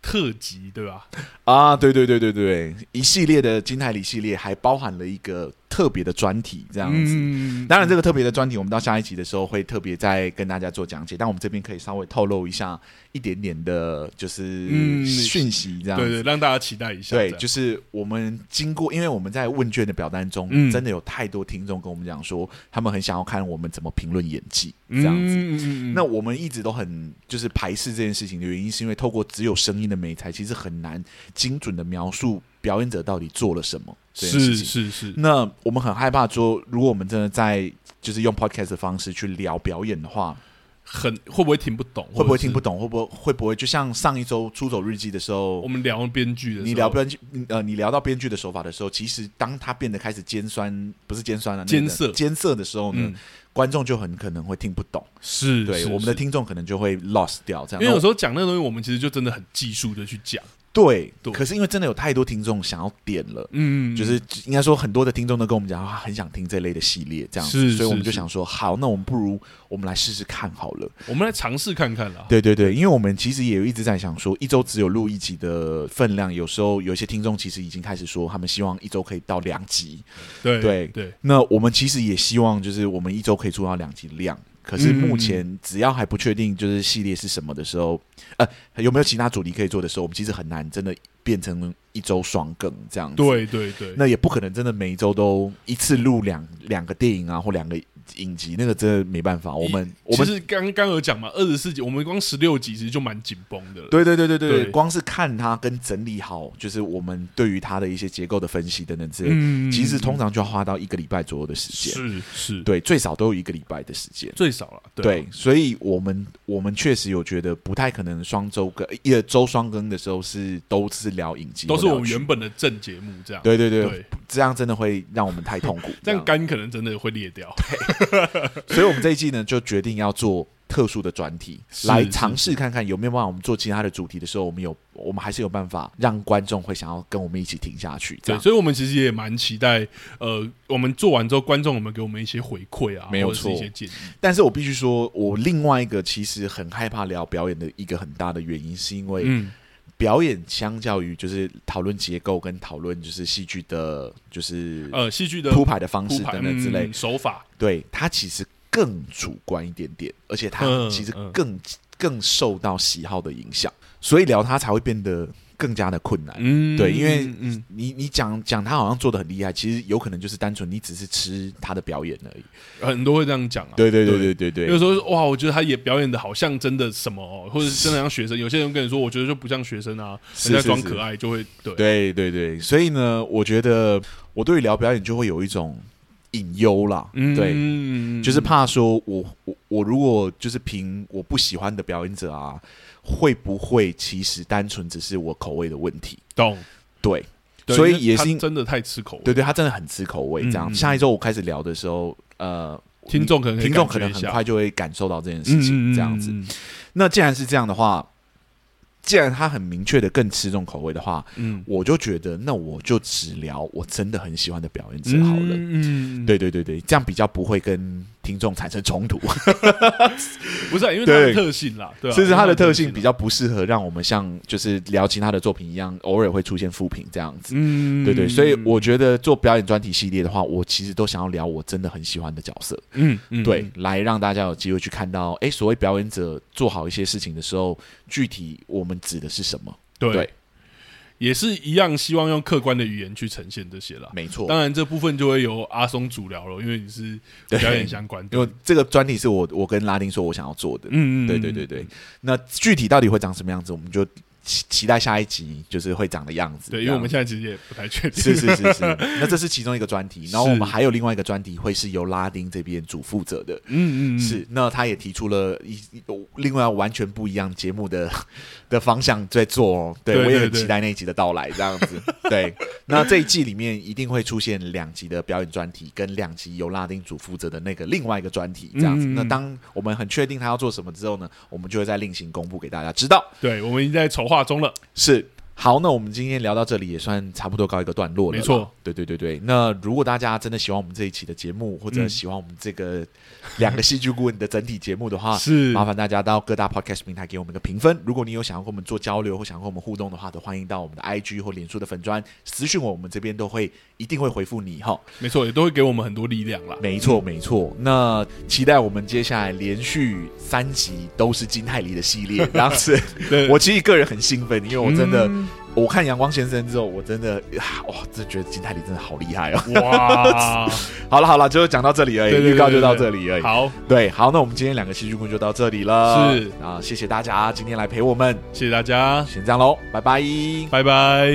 A: 特辑，对吧？
B: 啊，对对对对对，一系列的金泰梨系列还包含了一个特别的专题，这样子。
A: 嗯，
B: 当然，这个特别的专题，我们到下一集的时候会特别再跟大家做讲解。但我们这边可以稍微透露一下一点点的，就是
A: 嗯
B: 讯息这样子。
A: 对对，让大家期待一下。
B: 对，
A: 这样
B: 就是我们经过，因为我们在问卷的表单中，
A: 嗯
B: 真的有太多听众跟我们讲说，他们很想要看我们怎么评论演技这样子。
A: 嗯嗯嗯嗯
B: 那我们一直都很就是排斥这件事情的原因，是因为透过只有声音的美才，其实很难精准的描述表演者到底做了什么这件事
A: 是
B: 情。
A: 是是，
B: 那我们很害怕说，如果我们真的在就是用 podcast 的方式去聊表演的话，
A: 很会不会听不懂？
B: 会不
A: 或
B: 会
A: 者是
B: 听不懂？会不会会不会就像上一周《出走日记》的时候
A: 我，们聊编剧的时候，
B: 你聊编剧，呃，你聊到编剧的手法的时候，其实当他变得开始尖酸，不是尖酸啊了、那个
A: 艰涩
B: 尖涩的时候呢，
A: 嗯
B: 观众就很可能会听不懂，
A: 是，
B: 对
A: 是
B: 我们的
A: 是
B: 听众可能就会 lost 掉这
A: 因
B: 样。哦
A: 为
B: 那
A: 有
B: 我
A: 时候讲那个东西，我们其实就真的很技术的去讲，
B: 对，
A: 对
B: 可是因为真的有太多听众想要点了。
A: 嗯，
B: 就是应该说，很多的听众都跟我们讲，啊，很想听这类的系列，这样子，
A: 是
B: 所以我们
A: 是
B: 就是想说，好，那我们不如我们来试试看好了。
A: 我们来尝试看看啦。
B: 对对对，因为我们其实也有一直在想说，一周只有录一集的分量，有时候有一些听众其实已经开始说，他们希望一周可以到两集，
A: 对
B: 对
A: 对，
B: 那我们其实也希望，就是我们一周可以做到两集量。可
A: 嗯
B: 是目前只要还不确定就是系列是什么的时候，呃，有没有其他主题可以做的时候，我们其实很难真的变成一周双更这样子。，
A: 对对对，
B: 那也不可能真的每一周都一次录两两个电影啊，或两个影集，那个真的没办法。我们我
A: 其
B: 们
A: 实刚刚有讲嘛，二十四集，我们光十六集其实就蛮紧绷的了。
B: 对对对对对，
A: 对
B: 光是看它跟整理好，就是我们对于它的一些结构的分析等等之类，
A: 嗯，
B: 其实通常就要花到一个礼拜左右的时间。
A: 是是，
B: 对，最少都有一个礼拜的时间。
A: 最少了，
B: 对
A: 啊，
B: 所以我们我们确实有觉得不太可能双周更，一周双更的时候是都是聊影集，
A: 都是我
B: 聊
A: 们
B: 剧
A: 原本的正节目这样。
B: 对对对，
A: 对，
B: 这样真的会让我们太痛苦。
A: 这样肝可能真的会裂掉。
B: 所以我们这一季呢就决定要做特殊的专题，
A: 是
B: 来
A: 是
B: 尝试看看有没有办法。我们做其他的主题的时候，我们有我们还是有办法让观众会想要跟我们一起听下去。这
A: 对，
B: 样
A: 所以我们其实也蛮期待，呃，我们做完之后，观众有没有给我们一些回馈啊，
B: 没有
A: 或者是
B: 错
A: 一些建议。
B: 但是我必须说，我另外一个其实很害怕聊表演的一个很大的原因，是因为
A: 嗯，
B: 表演相较于就是讨论结构跟讨论就是戏剧的，就是
A: 呃，戏剧的
B: 铺排的方
A: 铺
B: 式
A: 排
B: 等等之类，
A: 嗯手法，
B: 对它其实更主观一点点，而且它
A: 嗯
B: 其实
A: 嗯
B: 更、更受到喜好的影响，所以聊它才会变得更加的困难。
A: 嗯
B: 对因为
A: 嗯，
B: 你你讲讲他好像做的很厉害，其实有可能就是单纯你只是吃他的表演而已。
A: 很多会这样讲啊。
B: 对对对对对对，
A: 有时候哇，我觉得他也表演的好像真的什么、哦，或者是真的像学生。有些人跟你说，我觉得就不像学生啊，
B: 是
A: 人家
B: 是
A: 装
B: 是
A: 可爱就会对。
B: 对对对，所以呢，我觉得我对于聊表演就会有一种隐忧啦。
A: 嗯，
B: 对，
A: 对
B: 就是怕说我我我如果就是凭我不喜欢的表演者啊，会不会其实单纯只是我口味的问题？
A: 懂，
B: 对，
A: 对
B: 所
A: 因
B: 以
A: 为
B: 也
A: 他
B: 是因
A: 真的太吃口味，
B: 对对，他真的很吃口味。这样，
A: 嗯嗯
B: 下一周我开始聊的时候，呃，
A: 听众可能
B: 听众可
A: 以感觉
B: 能
A: 一
B: 很
A: 下
B: 快就会感受到这件事情。这样子，，
A: 嗯
B: 那既然是这样的话，既然他很明确的更吃重口味的话，
A: 嗯，
B: 我就觉得那我就只聊我真的很喜欢的表演者
A: 嗯
B: 好了。
A: 嗯，嗯，
B: 对对对对，这样比较不会跟听众产生冲突。
A: 不是啊因为它的
B: 对
A: 特性啦， 对啊，
B: 其实它的特性
A: 因为
B: 比
A: 它的特
B: 较不适合让我们像就是聊其他的作品一样，偶尔会出现负评这样子。
A: 性啦，嗯，
B: 对对，所以我觉得做表演专题系列的话，我其实都想要聊我真的很喜欢的角色，
A: 嗯，嗯
B: 对，，来让大家有机会去看到，诶，所谓表演者做好一些事情的时候，具体我们指的是什么？
A: 对
B: 对。
A: 也是一样，希望用客观的语言去呈现这些啦。
B: 没错。
A: 当然，这部分就会由阿松主聊了，因为你是
B: 对
A: 表演相关的。
B: 因为这个专题是我我跟拉丁说我想要做的，
A: 嗯嗯，嗯
B: 对对对，对。那具体到底会长什么样子，我们就期期待下一集就是会长的样子。
A: 嗯对，
B: 这
A: 因为
B: 样
A: 我们现在其实也不太确定。
B: 是是是是，那这是其中一个专 题，然后我们还有另外一个专题会是由拉丁这边主负责的。
A: 嗯嗯嗯，
B: 是，那他也提出了一一另外完全不一样节目的 的方向在做哦。对
A: 对
B: 我也
A: 对
B: 很
A: 对
B: 期待那一集的到来，这样 子。对，那这一季里面一定会出现两集的表演专题，跟两集由拉丁主负责的那个另外一个专题，这样子。
A: 嗯嗯嗯
B: 那当我们很确定他要做什么之后呢，我们就会再另行公布给大家知道。
A: 对，我们已经在筹划中了。
B: 是。好，那我们今天聊到这里也算差不多告一个段落了。
A: 没错，
B: 对对对对。那如果大家真的喜欢我们这一期的节目，或者
A: 嗯
B: 喜欢我们这个两个戏剧顾问的整体节目的 话，
A: 是
B: 啊麻烦大家到各大 podcast 平台给我们一个评分。如果你有想要跟我们做交流或想要跟我们互动的话，都欢迎到我们的 IG 或脸书的粉砖私讯我，我们这边都会一定会回复你哈。嗯
A: 没错，也都会给我们很多力量啦。
B: 没错，没错。那期待我们接下来连续三集都是金泰梨的系 列，然后是
A: 对，
B: 我其实个人很兴奋，因为我真的、
A: 嗯
B: 我看《阳光先生》之后，我真的啊哇，真的觉得金泰梨真的好厉 害哦。
A: 哇，
B: 好了好了，就讲到这里而已，
A: 对对对
B: 预告就到这
A: 对
B: 里而已。
A: 好，
B: 对，好，那我们今天两个戏剧棍就到这里了。
A: 是
B: 啊，谢谢大家今天来陪我们，
A: 谢谢大家，
B: 先这样喽，拜拜。
A: 拜拜。